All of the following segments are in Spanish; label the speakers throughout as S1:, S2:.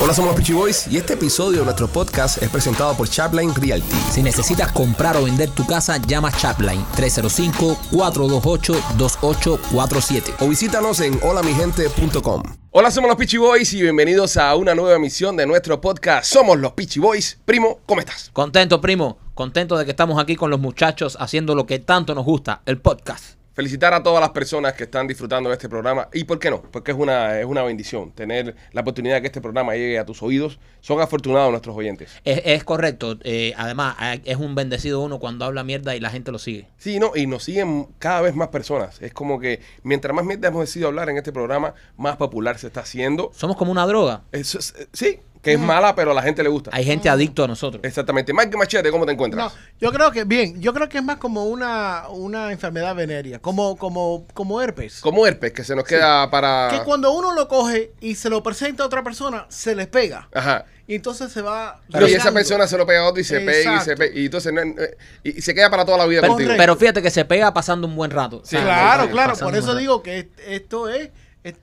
S1: Hola, somos los Peachy Boys y este episodio de nuestro podcast es presentado por Chapline Realty.
S2: Si necesitas comprar o vender tu casa, llama Chapline 305-428-2847.
S1: O visítanos en holamigente.com. Hola, somos los Peachy Boys y bienvenidos a una nueva emisión de nuestro podcast. Somos los Peachy Boys. Primo, ¿cómo estás?
S2: Contento, primo. Contento de que estamos aquí con los muchachos haciendo lo que tanto nos gusta, el podcast.
S1: Felicitar a todas las personas que están disfrutando de este programa y por qué no, porque es una, es una bendición tener la oportunidad de que este programa llegue a tus oídos. Son afortunados nuestros oyentes.
S2: Es, es correcto. eh, además, eh, es un bendecido uno cuando habla mierda y la gente lo sigue.
S1: Sí, no, y nos siguen cada vez más personas. Es como que mientras más mierda hemos decidido hablar en este programa, más popular se está haciendo.
S2: Somos como una droga.
S1: Eso es- eh, sí, que es mala, pero a la gente le gusta.
S2: Hay gente adicto a nosotros.
S1: Exactamente. Mike Machete, ¿cómo te
S3: No,
S1: encuentras?
S3: yo creo que, bien, yo creo que es más como una, una enfermedad venérea, como, como, como herpes.
S1: Como herpes, que se nos queda para...
S3: Que cuando uno lo coge y se lo presenta a otra persona, se les pega.
S1: Ajá.
S3: Y entonces se va.
S1: Pero y esa
S3: regando.
S1: persona se lo pega a otro y se pega y se
S3: Exacto.
S1: pega. Y entonces no- eh, y, y se queda para toda la vida
S2: Pero,
S1: contigo.
S2: pero fíjate que se pega pasando un buen rato.
S1: Sí.
S2: Ah,
S3: Claro,
S1: Sí,
S3: claro.
S2: pasando
S3: Por
S2: un
S3: eso
S2: buen
S3: digo que est- esto es. est-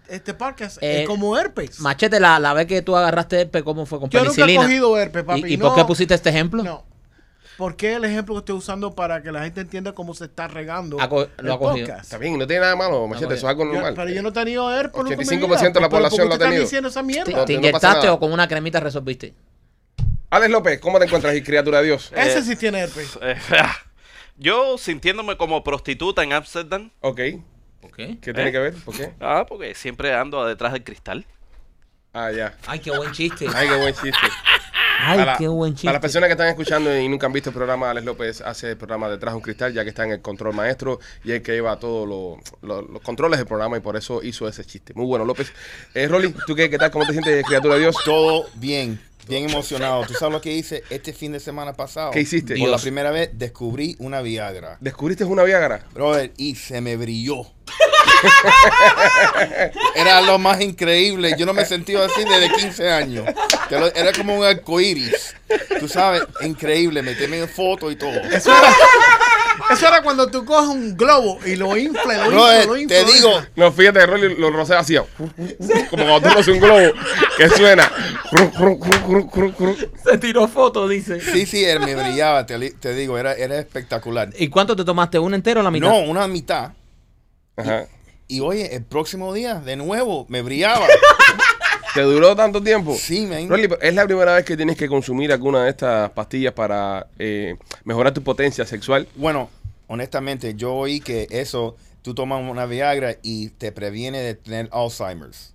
S3: Este podcast
S2: Eh,
S3: es como herpes.
S2: Machete, la, la vez que tú agarraste herpes, ¿cómo fue? Con
S3: Yo nunca he
S2: penicilina.
S3: cogido herpes, papi,
S2: ¿Y, y
S3: no.
S2: por qué pusiste este ejemplo?
S3: No. ¿Por qué el ejemplo que estoy usando para que la gente entienda cómo se está regando
S2: Ha co- lo
S3: el
S2: ha cogido.
S3: podcast?
S1: Está bien, no tiene nada de malo, Machete,
S2: No,
S1: eso es algo
S3: Yo-
S1: normal.
S3: pero yo no he tenido herpes. nunca en mi
S1: 85% de la
S3: vida. Pero
S1: población
S3: ¿por qué
S1: lo ha
S3: ustedes están
S1: tenido.
S3: diciendo esa
S2: ¿Te,
S1: No,
S3: mierda?
S2: te
S1: no pasa
S2: inyectaste
S1: nada.
S2: o con una cremita resolviste?
S1: Alex López, ¿cómo te encuentras, y criatura de
S4: Eh,
S1: Dios?
S3: Ese sí tiene herpes.
S5: Eh, Yo sintiéndome como prostituta en Amsterdam.
S1: Ok.
S2: Ok.
S1: ¿Qué tiene
S5: ¿Eh?
S1: que ver? ¿Por qué?
S5: Ah, porque siempre ando detrás del cristal.
S1: Ah, ya.
S2: Ay, qué buen chiste.
S1: Ay, qué buen chiste.
S2: Ay,
S1: A la-
S2: qué buen chiste.
S1: A las personas que están escuchando y nunca han visto el programa, Alex López hace el programa Detrás de un Cristal, ya que está en el control maestro y el que lleva todos los- los- los controles del programa y por eso hizo ese chiste. Muy bueno, López. Eh, Rolly, ¿tú qué, qué tal? ¿Cómo te sientes, criatura de Dios?
S4: Todo bien, bien emocionado. ¿Tú sabes lo que hice este fin de semana pasado?
S1: ¿Qué hiciste?
S4: Por la
S1: Dios.
S4: primera vez descubrí una Viagra.
S1: ¿Descubriste una Viagra?
S4: Brother, y se me brilló. Era lo más increíble. Yo no me he sentido así desde 15 años. Te lo- Era como un arcoíris. Tú sabes, increíble. Me en fotos y todo.
S3: Eso era, eso era cuando tú coges un globo y lo inflas, lo inflas, lo inflas.
S4: Brother, eh, te
S3: lo
S4: digo,
S3: inflas.
S1: No, fíjate, Rolly lo rocea así. Como cuando tú roces un globo, que suena.
S2: Se tiró foto, dice.
S4: sí, sí, él me brillaba. Te, li- te digo, era, era espectacular.
S2: ¿Y cuánto te tomaste? ¿Una entero o la mitad?
S4: No, una mitad.
S1: Ajá.
S4: Y oye, el próximo día, de nuevo, me brillaba.
S1: ¿Te duró tanto tiempo?
S4: Sí, man.
S1: Rolly, pero es la primera vez que tienes que consumir alguna de estas pastillas para eh, mejorar tu potencia sexual.
S4: Bueno, honestamente, yo oí que eso, tú tomas una Viagra y te previene de tener Alzheimer's.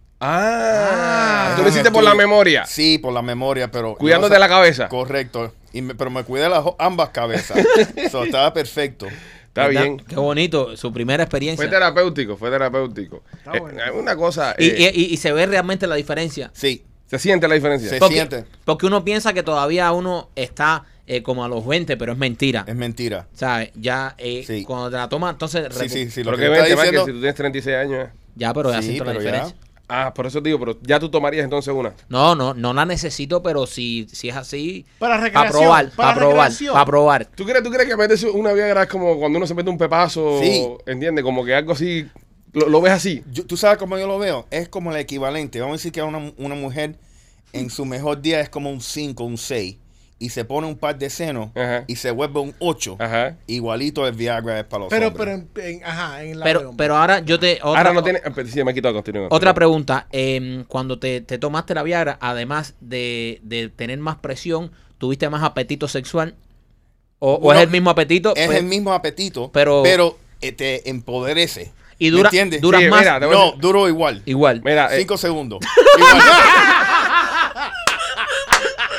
S1: Ah, tú lo
S4: Entonces,
S1: hiciste por la memoria.
S4: Sí, por la memoria, pero...
S1: Cuidándote la cabeza.
S4: Correcto. Y me- pero me cuidé las o- ambas cabezas. so, estaba perfecto.
S1: Está
S2: ¿Verdad?
S1: bien.
S2: Qué bonito, su primera
S1: Fue
S2: experiencia.
S1: terapéutico, fue terapéutico.
S3: Está
S1: Eh,
S3: bueno.
S1: una cosa,
S2: Y,
S1: eh,
S2: y- y- y se ve realmente la diferencia.
S4: Sí,
S1: se siente la diferencia.
S4: se
S2: Porque-
S4: siente.
S2: Porque uno piensa que todavía uno está eh, como a los 20, pero es mentira.
S4: Es mentira.
S2: ¿Sabes? Ya eh,
S4: Sí.
S2: cuando te la toma, entonces.
S4: Sí,
S2: recu-
S4: sí, sí. Lo
S1: Pero
S4: que
S1: que
S4: me está
S1: vente, Mike,
S4: diciendo...
S1: si tú tienes 36 años. eh.
S2: Ya, pero ya
S4: Sí,
S2: siento la
S4: pero ya.
S2: diferencia.
S1: Ah, por eso te digo, pero ya tú tomarías entonces una.
S2: No, no, no la necesito, pero si, si es así.
S3: Para
S2: Para
S3: recreación.
S2: probar,
S3: para
S2: para probar,
S3: recreación.
S2: para probar.
S1: ¿Tú crees, tú crees que meterse una Viagra es como cuando uno se mete un pepazo?
S4: Sí.
S1: ¿Entiendes? Como que algo así, lo, lo ves así.
S4: Yo- tú sabes cómo yo lo veo. Es como el equivalente. Vamos a decir que una, una mujer en su mejor día es como un 5, un 6. Y se pone un par de senos
S1: Ajá.
S4: y se vuelve un 8.
S1: Ajá.
S4: Igualito el Viagra es para los
S3: Pero, pero,
S4: hombres.
S3: en, en- ajá, en la de
S2: Pero,
S3: hombre.
S2: pero ahora yo te. Otra,
S1: Ahora no tiene. ah, pero Sí, me ha quitado continuo.
S2: Otra pregunta. eh, cuando te, te tomaste la Viagra, además de, de tener más presión, ¿tuviste más apetito sexual? ¿O, o
S4: Bueno,
S2: es el mismo apetito? Pues,
S4: es
S2: Pe-
S4: el mismo apetito,
S2: pero-
S4: pero, eh, te empoderece.
S2: Y
S4: ¿Me
S2: dura-
S4: entiendes?
S2: dura
S1: Sí,
S2: más.
S1: mira, te voy a
S4: No,
S1: decir-
S4: duró igual.
S2: Igual.
S1: Mira, eh,
S4: cinco segundos. Igual.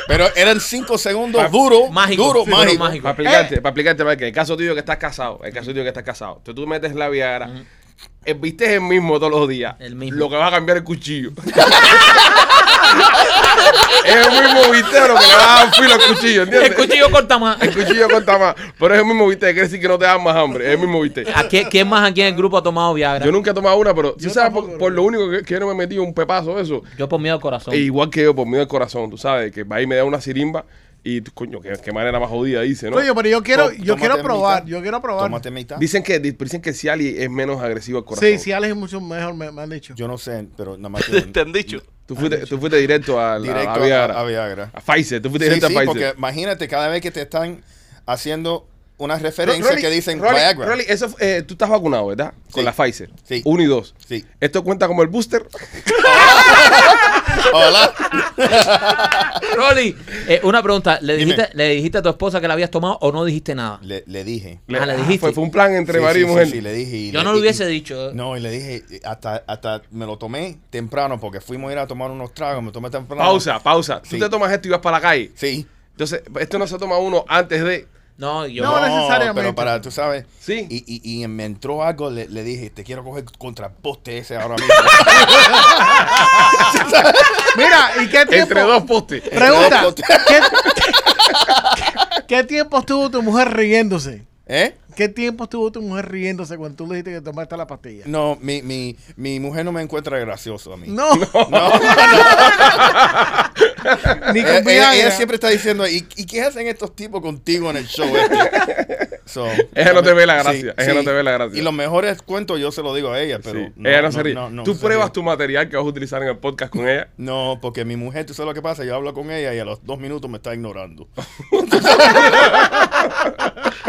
S4: pero eran cinco segundos duro,
S2: Mágico,
S4: duro,
S2: duro,
S4: mágico.
S2: mágico.
S1: Para explicarte, para explicarte, Mike, el caso tuyo que estás casado, el caso tuyo que estás casado. Entonces tú metes la Viagra, el viste es el mismo todos los días.
S2: El mismo.
S1: Lo que va a cambiar el cuchillo. es el mismo vistero que le va a dar filo al cuchillo, ¿entiendes?
S2: El cuchillo corta más.
S1: El cuchillo corta más. Pero es el mismo viste, quiere decir que no te dan más hambre. Es el mismo viste.
S2: ¿A quién, quién más aquí en el grupo ha tomado Viagra?
S1: Yo nunca he tomado una, pero tú
S3: Yo
S1: sabes
S3: tampoco,
S1: por,
S3: bro.
S1: por lo único que, que yo no me metí un pepazo de eso.
S2: Yo por miedo al corazón.
S1: E igual que yo, por miedo al corazón, tú sabes, que va y me da una sirimba y tú, coño, qué, qué manera más jodida dice, ¿no?
S3: Oye, pero yo quiero,
S4: Tó-
S3: yo quiero
S4: tómate
S3: probar,
S4: mitad.
S3: yo quiero probar.
S4: Tómate mitad.
S1: Dicen que dicen que Ciali es menos agresivo al corazón.
S3: Sí, sí, Alex es mucho mejor, me, me han dicho.
S4: Yo no sé, pero nada más
S5: ¿Te,
S4: que...
S5: han dicho?
S1: Tú fuiste, tú fuiste directo a, la-
S4: Directo
S1: a Viagra.
S4: a Viagra.
S1: A Pfizer. Tú fuiste
S4: Sí,
S1: directo
S4: sí,
S1: a
S4: porque
S1: Pfizer.
S4: imagínate cada vez que te están haciendo una
S1: Ro-
S4: referencia
S1: Rolly,
S4: que dicen
S1: Rolly,
S4: Viagra.
S1: Rolly, eso, fue- eh, tú estás vacunado, ¿verdad? Con
S4: Sí.
S1: la Pfizer.
S4: Sí.
S1: Uno y dos.
S4: Sí.
S1: ¿Esto cuenta como el booster?
S4: Hola.
S2: Rolly, eh, una pregunta. ¿Le
S4: Dime.
S2: dijiste, ¿Le dijiste a tu esposa que la habías tomado o no dijiste nada?
S4: Le, le dije.
S2: Ah, ¿le dijiste?
S1: Fue, fue un plan entre
S4: Sí,
S1: marido
S4: sí,
S1: y mujer.
S4: sí, sí, le dije. y
S2: Yo
S4: le-
S2: no lo
S4: y-
S2: hubiese
S4: y-
S2: dicho.
S4: No, y le dije, y hasta, hasta me lo tomé temprano porque fuimos a ir a tomar unos tragos, me tomé temprano.
S1: Pausa, pausa.
S4: Sí.
S1: Tú te tomas esto y vas para la calle.
S4: Sí.
S1: Entonces, esto no se toma uno antes de...
S2: No, yo.
S3: No, necesariamente.
S4: Pero para, tú sabes.
S1: Sí.
S4: Y, y, y me entró algo, le, le dije, te quiero coger contra el poste ese ahora mismo.
S3: Mira, ¿y qué tiempo?
S1: Entre dos postes.
S3: Pregunta.
S4: Entre
S3: ¿qué, qué tiempo estuvo tu mujer riéndose?
S4: ¿Eh?
S3: ¿Qué tiempo estuvo tu mujer riéndose cuando tú le dijiste que tomaste la pastilla?
S4: No, mi, mi, mi mujer no me encuentra gracioso a mí.
S3: No,
S4: No,
S3: ni con
S4: Eh, ella, ella-
S3: Viagra.
S4: ella siempre está diciendo, ¿y, y qué hacen estos tipos contigo en el show? este?" So,
S1: Ella no te ve la
S4: sí,
S1: gracia, ella no te ve la gracia.
S4: Y los mejores cuentos yo se los digo a ella, pero.
S1: Sí. ella no, se ríe. Tú
S4: no se
S1: pruebas
S4: ríe.
S1: tu material que vas a utilizar en el podcast con ella.
S4: No, porque mi mujer, tú sabes lo que pasa, yo hablo con ella y a los dos minutos me está ignorando.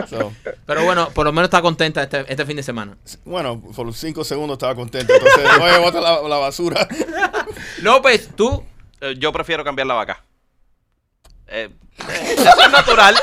S4: So,
S2: Pero bueno, por lo menos está contenta este, este fin de semana.
S4: bueno, por los cinco segundos estaba contento. Entonces, oye, bota la, la basura.
S2: López, tú.
S5: Eh, Yo prefiero cambiar la vaca. Eh, eh, eso es natural.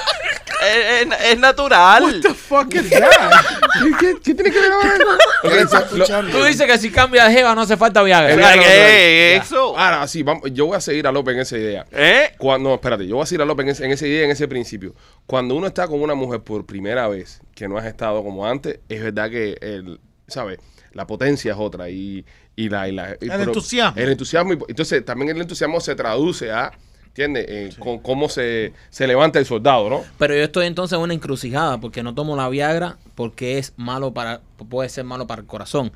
S5: Eh, es, es natural.
S3: Fuck it, yeah.
S1: ¿Qué, qué- qué tiene que ver ahora?
S4: ¿Qué le está
S1: Ok, lo-
S4: escuchando?
S2: Tú dices que si cambia de jeva no hace falta Viagra.
S1: Claro,
S5: Eh,
S1: natural.
S5: eh, eso.
S1: ahora sí, vamos, yo voy a seguir a López en esa idea.
S5: ¿Eh?
S1: Cuando, no, espérate, yo voy a seguir a López en, ese- en esa idea, en ese principio. Cuando uno está con una mujer por primera vez, que no has estado como antes, es verdad que, el, ¿sabes? La potencia es otra y, y la... y la- y-
S3: El entusiasmo.
S1: El entusiasmo. y- entonces, también el entusiasmo se traduce a, ¿entiendes? Eh, con cómo se, se levanta el soldado, ¿no?
S2: Pero yo estoy entonces en una encrucijada porque no tomo la Viagra porque es malo para. puede ser malo para el corazón.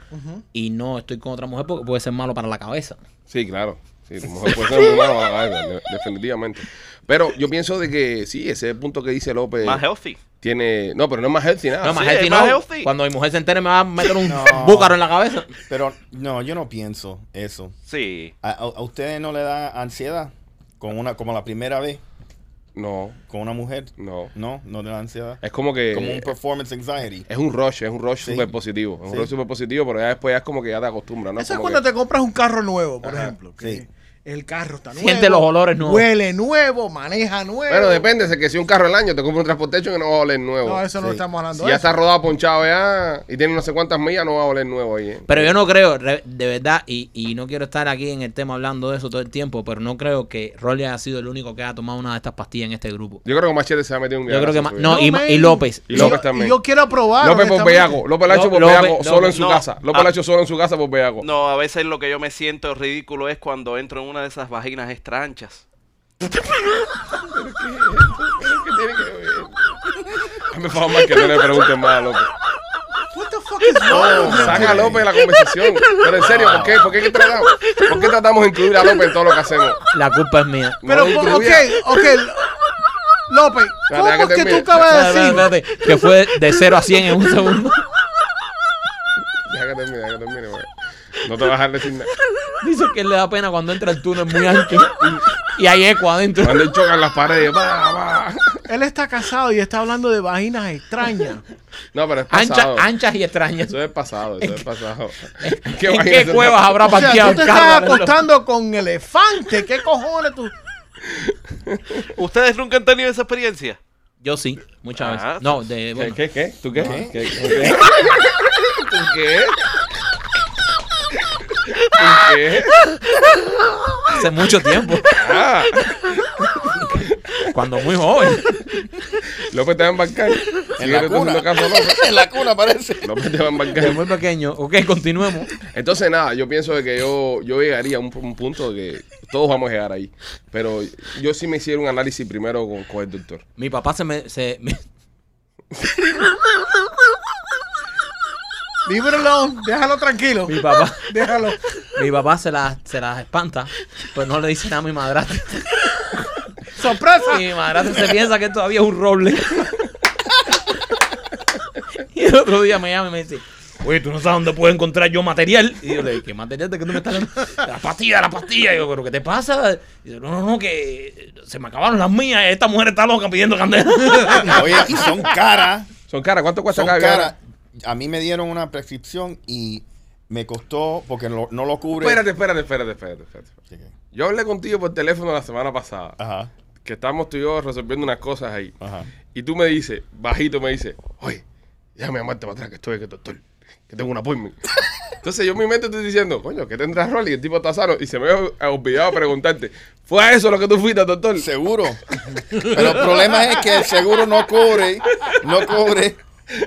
S2: Y no estoy con otra mujer porque puede ser malo para la cabeza.
S1: Sí, claro. Sí, tu mujer puede ser muy mala para la vaina, de- definitivamente. Pero yo pienso de que sí, ese es el punto que dice López.
S5: Más healthy.
S1: Tiene. No, pero no es más healthy nada.
S2: no, más
S5: Ah, sí,
S2: healthy
S5: es
S2: no.
S5: más healthy.
S2: Cuando mi mujer se entere me va a meter un
S4: No.
S2: búcaro en la cabeza.
S4: Pero no, yo no pienso eso.
S5: Sí.
S4: ¿A, a- a ustedes no le da ansiedad? Con una, como la primera vez,
S1: No,
S4: con una mujer.
S1: no.
S4: No, no le da ansiedad.
S1: Es como que. eh,
S4: Como un performance anxiety.
S1: es un rush, es un rush
S4: Sí.
S1: súper positivo. Es un
S4: Sí.
S1: rush súper positivo, pero ya después ya es como que ya te acostumbras, ¿no?
S3: Eso es
S1: Como
S3: cuando
S1: que-
S3: te compras un carro nuevo, por
S4: Ajá,
S3: ejemplo. que
S4: sí.
S3: El carro está nuevo.
S2: Siente los olores nuevos.
S3: Huele nuevo, maneja nuevo.
S1: Bueno, depende, de que si un carro al año te compra un Transportation que no va a oler nuevo.
S3: No, eso no
S4: Sí.
S3: estamos hablando
S1: si
S3: de
S1: ya
S3: eso.
S1: está rodado, ponchado ya y tiene no sé cuántas millas, no va a oler nuevo ahí. ¿eh?
S2: Pero yo no creo, re- de verdad, y, y no quiero estar aquí en el tema hablando de eso todo el tiempo, pero no creo que Rolly haya sido el único que haya tomado una de estas pastillas en este grupo.
S1: Yo creo que Machete se va a meter un
S2: Yo creo que
S1: viagrazo
S2: más.
S1: en su
S2: No,
S1: vida.
S2: y,
S3: man.
S2: y López.
S1: Y López
S3: yo,
S1: también.
S3: y yo quiero probar.
S1: López por
S3: honestamente.
S1: bellaco. López la ha hecho por
S2: López-
S1: bellaco, solo en su
S5: no.
S1: casa. López la ha
S5: Ah.
S1: hecho solo en su casa por bellaco.
S5: No, a veces lo que yo me siento ridículo es cuando entro en una de esas vaginas estranchas.
S1: Hazme favor más que no le pregunten más a López.
S3: What the fuck is wrong with you?
S1: Oh, Saca a López de la conversación. Pero en serio, ¿por qué? ¿Por qué, que tratamos? ¿Por qué tratamos de incluir a López en todo lo que hacemos?
S2: La culpa es mía.
S1: No
S3: Pero,
S1: lo
S3: po- ok,
S1: incluía.
S3: ok. López, ¿cómo
S1: Espérate,
S3: es
S1: que
S3: que tú
S1: termine.
S3: acabas de
S2: Espérate,
S3: decir?
S2: espérate, espérate, que fue de 0 a 100 en un segundo.
S1: Deja que termine, deja que termine, güey. No te vas a dejar decir nada.
S2: Dice que le da pena cuando entra el túnel muy ancho y hay eco adentro.
S1: Cuando él chocan las paredes, va, va.
S3: Él está casado y está hablando de vaginas extrañas.
S1: No, pero es pasado.
S2: Anchas, anchas y extrañas.
S1: Eso es pasado, eso es pasado.
S2: ¿En
S1: vaina
S2: qué
S1: se-
S2: cuevas habrá
S3: O sea,
S2: pateado
S3: tú te
S2: el carro?
S3: estás
S2: adentro?
S3: acostando con elefante. ¿Qué cojones tú?
S5: ¿Ustedes nunca han tenido esa experiencia?
S2: Yo sí, muchas
S5: Ah,
S2: veces. No, de.
S1: ¿Qué,
S2: Bueno.
S1: qué, qué? ¿Tú qué?
S4: ¿Qué?
S1: ¿Qué? ¿Tú qué? ¿Tú qué? ¿Tú qué?
S2: Hace mucho tiempo,
S1: Ah,
S2: cuando muy joven.
S1: López te va a embarcar. Si
S4: En la
S1: eres tú
S4: cuna.
S1: haciendo caso a López,
S4: en la cuna parece.
S1: López te va a embarcar.
S2: Desde muy pequeño. Ok, continuemos.
S1: Entonces, nada, yo pienso de que yo, yo llegaría a un, un punto de que todos vamos a llegar ahí. Pero yo sí me hiciera un análisis primero con, con el doctor.
S2: Mi papá se me. Se, me-
S3: Líbrelo, déjalo tranquilo.
S2: mi papá.
S3: Déjalo.
S2: Mi papá se las, se las espanta, pero no le dice nada a mi madrastra.
S3: ¡Sorpresa!
S2: Y mi madrastra se piensa que todavía es un roble. Y el otro día me llama y me dice, Oye, tú no sabes dónde puedo encontrar yo material. Y yo le dije, ¿qué material? ¿De qué tú me estás hablando? La pastilla, la pastilla. Y yo, ¿pero qué te pasa? Y yo, no, no, no, que se me acabaron las mías. Esta mujer está loca pidiendo candela.
S4: Oye, y son caras.
S1: Son caras. ¿Cuánto cuesta
S4: Son
S1: cada
S4: caras.
S1: Viagra?
S4: A mí me dieron una prescripción y me costó, porque no, no lo cubre.
S1: Espérate, espérate, espérate, espérate, espérate.
S4: Sí, que-
S1: Yo hablé contigo por teléfono la semana pasada.
S4: Ajá,
S1: Que estábamos tú y yo resolviendo unas cosas ahí.
S4: ajá.
S1: Y tú me dices, bajito me dices, oye, déjame llamarte para atrás que estoy, que doctor, que tengo un appointment. Entonces yo en mi mente estoy diciendo, coño, ¿qué tendrás Rolly? El tipo está sano. Y se me ha olvidado preguntarte, ¿fue a eso lo que tú fuiste, doctor?
S4: Seguro. Pero el problema es que el seguro no cubre, no cubre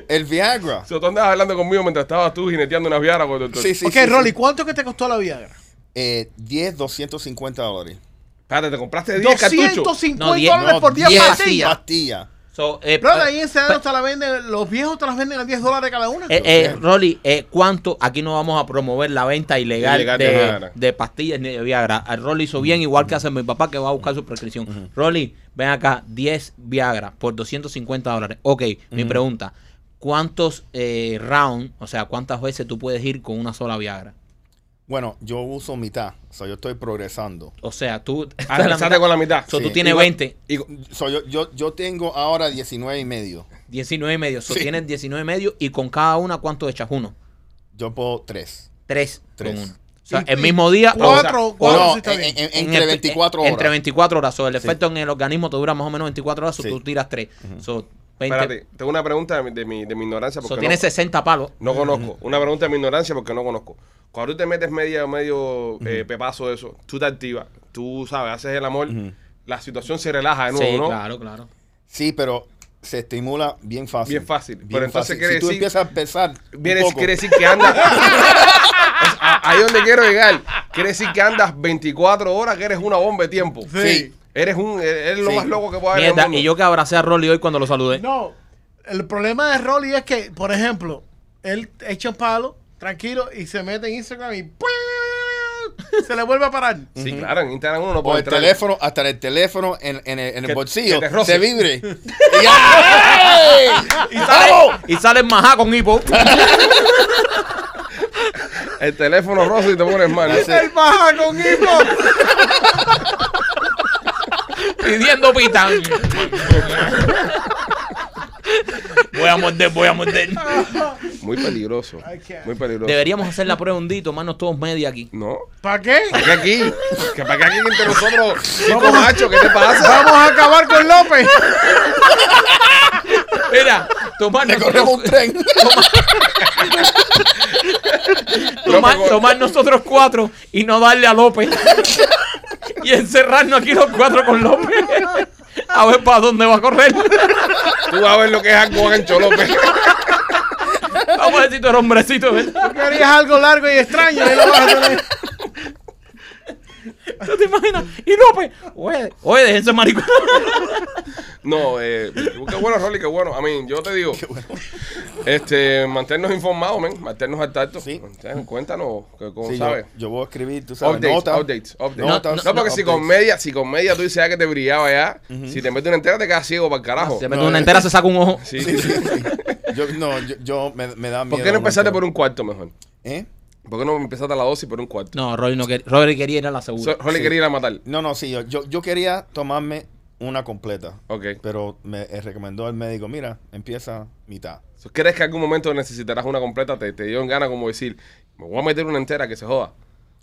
S4: el Viagra.
S1: So, tú andabas hablando conmigo mientras estabas tú jineteando una viara con el doctor.
S4: Sí, sí,
S3: ok,
S4: sí, sí.
S3: Rolly, ¿cuánto que te costó la Viagra?
S4: Eh, 10, 250 dólares.
S1: Espérate, ¿te compraste 10 cartuchos?
S3: 250
S2: No, diez,
S3: dólares
S4: No,
S3: por 10
S4: diez
S3: pastillas.
S4: pastillas.
S2: So, eh,
S3: Brother,
S2: eh,
S3: ahí en Sedano te la venden, los viejos te las venden a 10 dólares cada una.
S2: Eh, eh, Rolly, eh, ¿cuánto? Aquí no vamos a promover la venta ilegal,
S1: Ilegal de
S2: de,
S1: Viagra.
S2: de pastillas ni de Viagra. A Rolly hizo bien, igual que hace mi papá que va a buscar su prescripción. Rolly, ven acá, 10 Viagra por 250 dólares. Ok, mi pregunta, ¿cuántos eh, rounds, o sea, cuántas veces tú puedes ir con una sola Viagra?
S4: Bueno, yo uso mitad. O sea, yo estoy progresando.
S2: O sea, tú...
S1: Ah, empezaste con la mitad.
S2: So, tú
S4: Sí.
S2: tienes
S4: Igual-
S2: 20,
S4: Y, so, yo, yo, yo tengo ahora 19 y medio.
S2: 19 y medio. So,
S4: Sí.
S2: tienes 19 y medio y con cada una, ¿cuánto echas? Uno.
S4: Yo puedo 3.
S2: Tres.
S4: Tres.
S2: Con uno. O sea,
S3: Y-
S2: el
S3: y
S2: mismo día... o sea,
S3: Cuatro, cuatro, sí está
S4: en,
S3: bien.
S4: en-
S2: En
S4: entre 24
S2: en-
S4: horas.
S2: Entre 24 horas. O el
S4: Sí.
S2: efecto en el organismo te dura más o menos 24 horas. o
S4: Sí.
S2: tú tiras 3. so, 20
S1: Espérate, tengo una pregunta de mi, de mi, de mi ignorancia.
S2: so,
S1: Porque
S2: tienes
S1: no,
S2: 60 palos.
S1: no conozco. Una pregunta de mi ignorancia porque no conozco. Cuando tú te metes medio, medio eh, pepazo de eso, tú te activas, tú sabes, haces el amor, la situación se relaja de nuevo,
S2: sí,
S1: ¿no?
S2: claro, claro.
S4: Sí, pero se estimula bien fácil.
S1: Bien fácil.
S4: Bien
S1: Pero entonces
S4: fácil.
S1: quiere
S4: si tú
S1: decir-
S4: empiezas a pesar. un
S1: Viene-
S4: poco,
S1: quiere decir que andas. Es- a- ahí donde quiero llegar. Quiere decir que andas 24 horas, que eres una bomba de tiempo.
S4: Sí.
S1: Eres un e, eres lo
S4: Sí.
S1: más loco que puede haber. en el
S2: Mierda,
S1: mundo.
S2: y yo que abracé a Rolly hoy cuando lo saludé.
S3: No, el problema de Rolly es que, por ejemplo, él echa un palo, tranquilo, y se mete en Instagram y ¡pum! se le vuelve a parar.
S1: Sí, claro, en Instagram uno no
S4: O
S1: puede
S4: el
S1: entrar.
S4: teléfono, hasta en el teléfono en, en el, en el
S1: Que-
S4: bolsillo,
S1: que te roce. Ah.
S4: se vibre. Y ya, ¡ey! ¡Vamos!
S2: Y sale en majá con hipo.
S1: El teléfono rosa y te pones mal.
S4: Así.
S3: ¡El baja con hipo!
S2: pidiendo pita. voy a morder, voy a morder.
S1: Muy peligroso.
S3: I can't.
S1: Muy peligroso.
S2: Deberíamos hacer la prueba un día y tomarnos todos media aquí.
S1: No.
S3: ¿Para qué?
S1: ¿Para qué aquí? ¿Que ¿Para qué aquí entre nosotros? Chico macho, ¿qué te pasa?
S3: Vamos a acabar con López.
S2: Mira,
S4: Le
S2: tomarnos,
S4: corremos un tren.
S2: tomar, tomar nosotros cuatro y no darle a López. y encerrarnos aquí los cuatro con López. a ver para dónde va a correr.
S1: Tú vas a ver lo que es algo ancho, López.
S2: Vamos a decir tú eres hombrecito, ¿verdad?
S3: Querías algo largo y extraño. y lo vas a tener.
S2: ¿Tú te imaginas? Y López, oye, oye, déjense maricón.
S1: No, eh, qué bueno, Rolly, qué bueno. A mí, yo te digo, este, mantenernos informados, men, mantenernos al tanto.
S4: Sí.
S1: Mantenernos- Cuéntanos, que, como
S4: Sí, yo,
S1: sabes.
S4: yo voy a escribir, tú sabes,
S1: Updates,
S4: notas.
S1: updates, updates.
S4: No,
S1: No,
S4: no,
S1: porque si
S4: updates.
S1: con media, si con media tú dices ah, que te brillaba ya, si te metes una entera te quedas ciego para el carajo.
S2: Se mete una entera, se saca un ojo.
S1: Sí.
S4: Ah, Sí, sí, sí. Yo, no, yo, yo- me, me da miedo.
S1: ¿Por qué no empezaste
S4: momento.
S1: por un cuarto mejor?
S4: ¿Eh?
S1: ¿Por qué no empezaste a la dosis por un cuarto?
S2: No, Rory, no quer- Rory quería ir a la
S1: So-
S2: segura.
S1: Rolly quería ir a matar.
S4: No, no, sí, yo, yo, yo quería tomarme una completa.
S1: Ok.
S4: Pero me eh, recomendó el médico, mira, empieza mitad.
S1: So, ¿Crees que en algún momento necesitarás una completa? Te, te dio en gana como decir, me voy a meter una entera que se joda.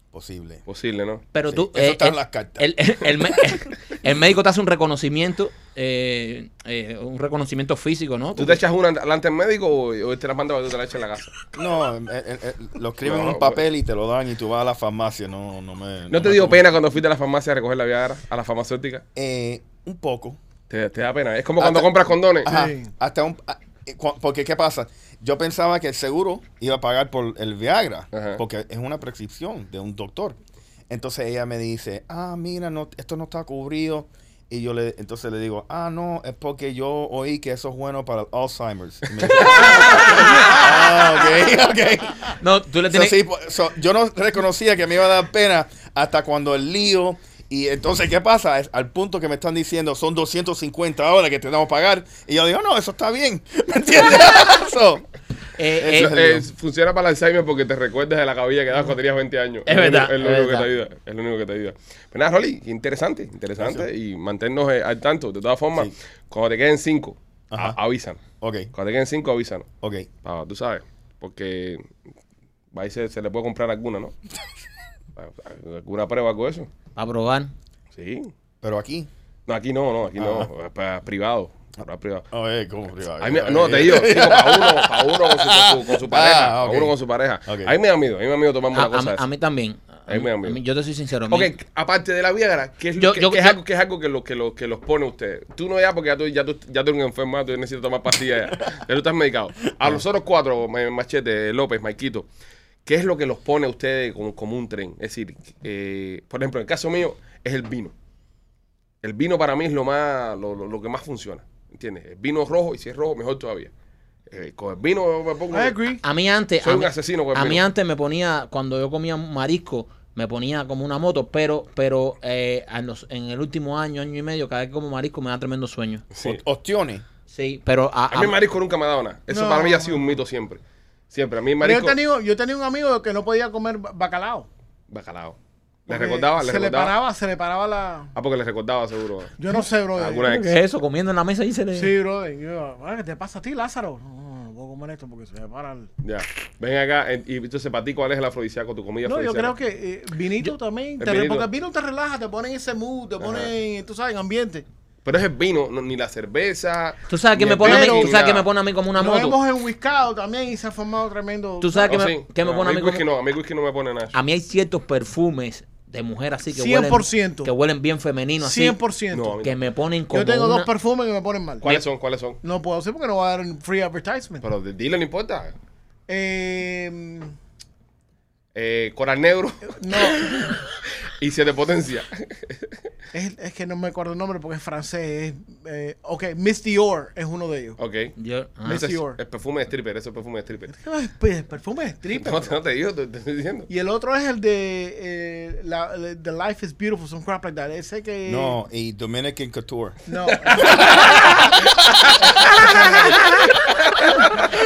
S4: Posible.
S1: Posible, ¿no?
S2: Pero
S4: Sí,
S2: tú. eh,
S4: eso está en las cartas.
S2: El, el- el me- el médico te hace un reconocimiento, eh, eh, un reconocimiento físico, ¿no?
S1: ¿Tú te echas una delante del médico o, o te la manda para que tú te la eches en la casa?
S4: No, eh, eh, eh, lo escriben en
S1: No, pues.
S4: un papel y te lo dan y tú vas a la farmacia. No, no me.
S1: ¿No te
S4: me
S1: dio
S4: convence.
S1: pena cuando fuiste a la farmacia a recoger la Viagra, a la farmacéutica?
S4: Eh, un poco.
S1: Te, te da pena. Es como cuando
S4: Hasta-
S1: compras condones.
S4: Ah, Ajá,
S3: Sí.
S4: Hasta un. a- eh, cu- Porque, ¿qué pasa? Yo pensaba que el seguro iba a pagar por el Viagra,
S1: Ajá.
S4: porque es una prescripción de un doctor. Entonces ella me dice, ah, mira, no, esto no está cubrido. Y yo le, entonces le digo, ah, no, es porque yo oí que eso es bueno para el Alzheimer's. Y me dice, ah, ok, ok.
S2: No, tú le
S4: So,
S2: tienes. eh,
S4: sí, po- so, yo no reconocía que me iba a dar pena hasta cuando el lío. Y entonces, ¿qué pasa? Es al punto que me están diciendo son 250 dólares que tenemos que pagar. Y yo digo, no, eso está bien. ¿Me entiendes? So,
S2: eh,
S4: Eso
S2: eh,
S1: Eh, funciona para el Alzheimer porque te recuerdas de la cabilla que dabas cuando tenías 20 años.
S2: Es
S1: lo
S2: verdad,
S1: único- Es lo
S2: es
S1: único que te
S2: verdad.
S1: ayuda. Es lo único que te ayuda. Pero nada, Rolly, interesante, interesante. Y mantenernos eh, al tanto. De todas formas,
S4: Sí.
S1: cuando te queden 5,
S4: Ajá.
S1: avísanos.
S4: Ok,
S1: Cuando te queden 5, avísanos.
S4: ok.
S1: Ah, tú sabes, porque ahí se, se le puede comprar alguna, ¿no? ¿Alguna prueba con eso?
S2: a probar.
S1: Sí.
S4: Pero aquí.
S1: No, aquí no, no, aquí no.
S4: Ah.
S1: Es para privado. Para privado.
S4: Oye, ¿cómo Eh, privado?
S1: A mí me- no, te digo, digo para uno, para uno con su, con su- con su pareja. pa'
S4: Ah, ok.
S1: uno con su pareja.
S4: Ok.
S1: A mí me da miedo, a mí me da miedo tomarme
S2: A,
S1: una cosa
S2: a-
S1: de
S2: a mí también. A
S1: Ahí
S2: mí-
S1: me da
S2: a
S1: miedo.
S2: mí- yo te soy sincero. a mí-
S1: Ok, aparte de la Viagra, ¿qué es,
S2: Yo-
S1: que,
S2: yo-
S1: que es
S2: yo-
S1: algo, que, es algo que, lo, que, lo, que los pone a ustedes? Tú no ya porque ya tú, ya tú, ya tú eres un enfermo, ya tú necesitas tomar pastillas, ya, Ya tú estás medicado. A los otros cuatro, Ma- Machete, López, Maikito, ¿qué es lo que los pone a ustedes como, como un tren? Es decir, eh, por ejemplo, en el caso mío es el vino. El vino para mí es lo, más, lo, lo- lo que más funciona, ¿entiendes? El vino rojo, y si es rojo, mejor todavía. Eh, con el vino yo me pongo...
S3: I agree.
S2: A mí antes.
S1: Soy
S2: a
S1: un
S2: mí-
S1: asesino pues, con el
S2: A mí
S1: vino.
S2: antes me ponía, cuando yo comía marisco, me ponía como una moto, pero pero eh, a los- en el último año, año y medio, cada vez que como marisco me da tremendo sueño.
S1: Sí.
S4: Ostiones.
S2: Sí, pero a,
S1: A mí el
S2: a-
S1: marisco nunca me ha dado nada. Eso
S3: No.
S1: para mí ha sido un mito siempre. Siempre. A mí el
S3: Pero
S1: marisco...
S3: Yo tenía, yo tenía un amigo que no podía comer ba- bacalao.
S1: Bacalao. ¿Les
S3: porque
S1: recordaba? ¿Les
S3: se le
S1: recordaba?
S3: paraba, se le paraba la.
S1: Ah, porque les recordaba seguro.
S3: Yo no sé, brother.
S1: Alguna ex.
S2: ¿qué es eso? Comiendo en la mesa y se le...
S3: Sí, brother. Yo, "Ah, ¿Qué te pasa a ti, Lázaro? No, no, no puedo comer esto porque se me para el.
S1: Ya. Ven acá. en- Y entonces, para ti, ¿cuál es el afrodisíaco? Tu comida
S3: No, yo creo
S1: afrodisíaca?
S3: que eh, vinito también. Te re-
S1: vinito.
S3: Porque el vino te relaja, te pone en ese mood, te pone, en, tú sabes, en ambiente.
S1: Pero es el vino, no- ni la cerveza.
S2: ¿Tú sabes que
S1: ni
S2: me
S1: el
S2: pone a mí?
S1: vino,
S2: ¿Tú
S1: ni
S2: sabes que
S1: nada.
S2: me pone a mí como una
S3: Nos
S2: moto?
S3: hemos enwhiscado también y se ha formado tremendo.
S2: ¿Tú sabes que
S1: Oh,
S2: me,
S1: sí.
S2: que me
S1: No,
S2: pone a mí
S1: el whisky
S2: como... Ah,
S1: no, a mí el whisky no me pone nada.
S2: A mí hay ciertos perfumes de mujer así que huelen...
S3: 100%.
S2: Que huelen bien femenino así.
S3: 100%.
S1: No, a mí
S2: Que me ponen como
S3: yo tengo
S2: una-
S3: dos perfumes que me ponen mal.
S1: ¿Cuáles son? ¿Cuáles son?
S3: No puedo decir porque no va a dar free advertisement.
S1: Pero de- dile, no importa.
S3: Eh,
S1: Eh, coral negro
S3: no,
S1: y siete potencia.
S3: es, es que no me acuerdo el nombre porque es francés. es, eh, ok, Miss Dior es uno de ellos.
S1: Ok.
S2: Yo- ah.
S3: Me-
S1: Ese es
S3: Dior.
S1: el perfume de stripper, ese es perfume de stripper.
S3: ¿Qué más? Pues, el perfume es triple.
S1: No, no te digo, te te estoy diciendo.
S3: Y el otro es el de eh, la, el- The Life is Beautiful, some crap like that. Ese que.
S4: No, y Dominican Couture.
S3: No.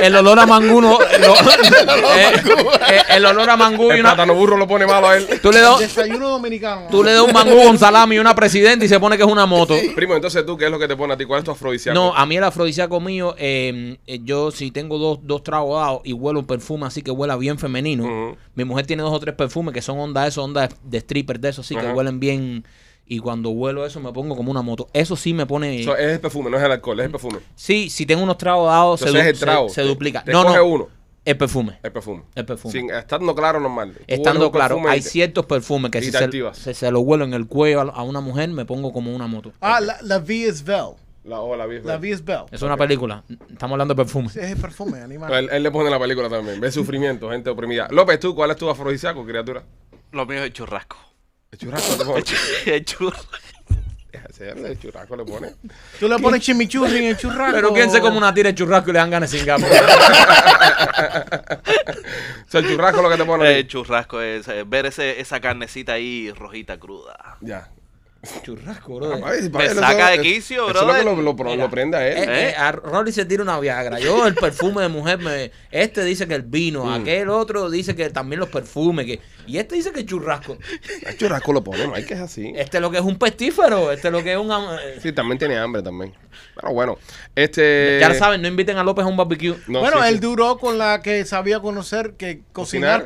S2: El olor a manguno... El, eh, el olor a mangú y
S1: El
S2: una...
S1: plátano burro lo pone malo a él.
S2: Tú le das...
S3: Desayuno dominicano.
S2: Tú le das un mangú con salami y una presidenta y se pone que es una moto.
S1: Primo, entonces tú, ¿qué es lo que te pone a ti? ¿Cuál es tu afrodisíaco?
S2: No, a mí el afrodisíaco mío, eh, eh, yo si tengo dos, dos tragos dados y huelo un perfume así que huela bien femenino.
S1: Ujú.
S2: Mi mujer tiene dos o tres perfumes que son onda eso, onda de stripper de eso, así que
S1: Ajá.
S2: huelen bien. Y cuando huelo eso me pongo como una moto. Eso sí me pone...
S1: Eso es el perfume, no es el alcohol, es el perfume.
S2: sí, si tengo unos tragos dados, se,
S1: Entonces
S2: du-
S1: es el trago.
S2: se, se
S1: Te-
S2: duplica.
S1: te
S2: no,
S1: coge
S2: no,
S1: uno.
S2: el perfume.
S1: El perfume.
S2: El perfume.
S1: Sin, estando claro, normal. Tú hueles
S2: Estando
S1: un
S2: claro,
S1: perfume y
S2: hay
S1: te-
S2: ciertos perfumes que
S1: y
S2: si
S1: te
S2: se,
S1: activas.
S2: se- se lo huelo en el cuello a, a una mujer, me pongo como una moto.
S3: ah, la, la V is Bell.
S1: La, oh, la vi,
S3: La V is Bell.
S2: Es una película. Estamos hablando de perfumes.
S3: Ese es el perfume,
S1: No,
S3: animal.
S1: él, él le pone la película también. Ve sufrimiento, gente oprimida. López, ¿tú cuál es tu afrodisíaco, criatura?
S5: Lo mío es el churrasco.
S1: El churrasco le pone.
S5: El churrasco.
S1: Ese es El churrasco le pone.
S3: Tú le pones chimichurri en el churrasco.
S2: Pero quién se come una tira de churrasco y le dan ganas sin gapo.
S1: O sea, el churrasco es lo que te pone.
S5: El churrasco es eh, ver ese, esa carnecita ahí rojita cruda.
S1: Ya.
S2: churrasco,
S1: Ah,
S2: bro.
S1: papi,
S5: Me
S1: eso-
S5: saca de
S1: eso- Eso
S5: quicio,
S1: es lo que
S5: brother.
S1: lo, lo, pro- lo prende a él.
S5: Eh.
S2: a Rolly se tira una Viagra. Yo, el perfume de mujer, me, este dice que el vino, aquel otro dice que también los perfumes. Que, y este dice que el churrasco.
S1: El churrasco lo pone, no hay que es así.
S2: Este lo que es un pestífero, este lo que es un. am- eh,
S1: Sí, también tiene hambre también. Pero bueno, este.
S2: ya lo saben, no inviten a López a un barbecue.
S1: No,
S3: bueno,
S1: sí,
S3: él
S1: sí.
S3: duró con la que sabía conocer que cocinar,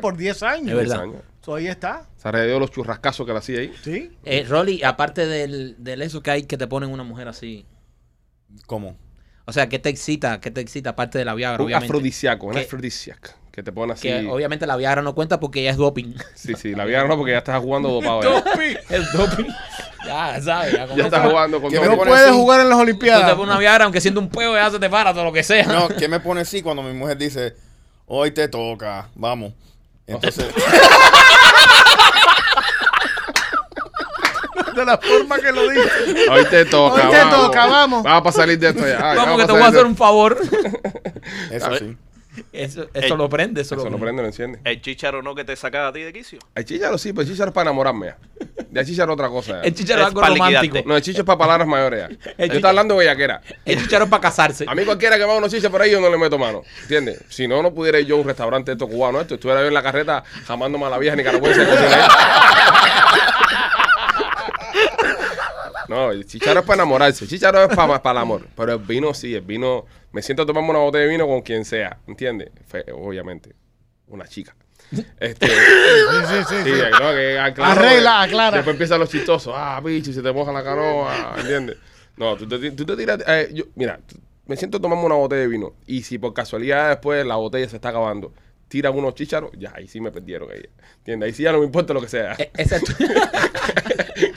S1: Cocinar.
S3: por 10 años.
S2: Es verdad.
S1: Años.
S3: So, ahí está.
S1: Se arregló los churrascazos que le hacía ahí.
S3: Sí.
S2: Eh, Rolly, aparte del, del eso que hay que te ponen una mujer así.
S4: ¿Cómo?
S2: O sea, ¿qué te excita? ¿Qué te excita aparte de la Viagra?
S1: Un
S2: Obviamente.
S1: afrodisíaco, un
S2: Que-
S1: afrodisíaco. Que te pone así.
S2: Que obviamente la Viagra no cuenta porque ella es doping.
S1: Sí, sí, la vida no, porque ya estás jugando dopado. ya.
S2: El doping. Ya, ¿sabes? Ya, con
S1: Ya
S2: eso-
S1: estás jugando con
S4: Que
S1: dos
S4: me
S3: No
S4: pone
S3: puede
S4: así.
S3: jugar en las
S2: Tú te
S3: Olimpiadas.
S2: pones una Viagra, aunque siendo un peo, ya se te para todo lo que sea.
S4: No, ¿qué me pone así cuando mi mujer dice, hoy te toca, vamos? Entonces,
S3: De la forma que lo dice.
S1: Hoy te toca,
S3: Hoy te toca, vamos.
S1: Vamos para salir de esto ya. Ay,
S2: Vamos, que
S1: pa'
S2: te voy a
S1: salir
S2: hacer
S1: de-
S2: un favor.
S4: eso sí.
S2: Eso, eso lo prende, eso,
S1: Eso
S2: lo
S1: lo prende, lo enciende.
S5: El chicharo no que te saca a ti de quicio.
S1: El chícharo sí, pero el chícharo es para enamorarme ya. De chichar otra cosa. ya.
S2: El chicharo es
S5: Es
S2: algo
S5: pa'
S2: romántico.
S5: liquidarte.
S1: No, el chicho es para palabras mayores. ya. Yo
S2: chicha-
S1: estoy hablando de bellaquera.
S2: El chicharo es para casarse.
S1: A mí cualquiera que me haga unos chiches por ahí, yo no le meto mano. ¿Entiendes? Si no, no pudiera ir yo a un restaurante de estos cubanos. Esto estuviera yo en la carreta jamándome a la vieja nicaragüense. de cocina. No, el chicharo es para enamorarse, el chicharo es para, el amor. Pero el vino sí, el vino. Me siento a tomarme una botella de vino con quien sea, ¿entiendes? Fe- obviamente, una chica. Este,
S3: Sí, sí, sí.
S1: sí,
S3: sí.
S1: ¿no? que aclara,
S3: Arregla,
S1: porque
S3: aclara.
S1: Después empiezan los chistosos. Ah, bicho, se te moja la canoa, ¿entiendes? No, tú te, ti- tú te tiras. eh, yo, mira, t- me siento tomando una botella de vino y si por casualidad después la botella se está acabando, tiran unos chícharos, ya, ahí sí me perdieron. ahí, ¿Entiendes? Ahí sí ya no me importa lo que sea.
S2: Eh, ese es tu-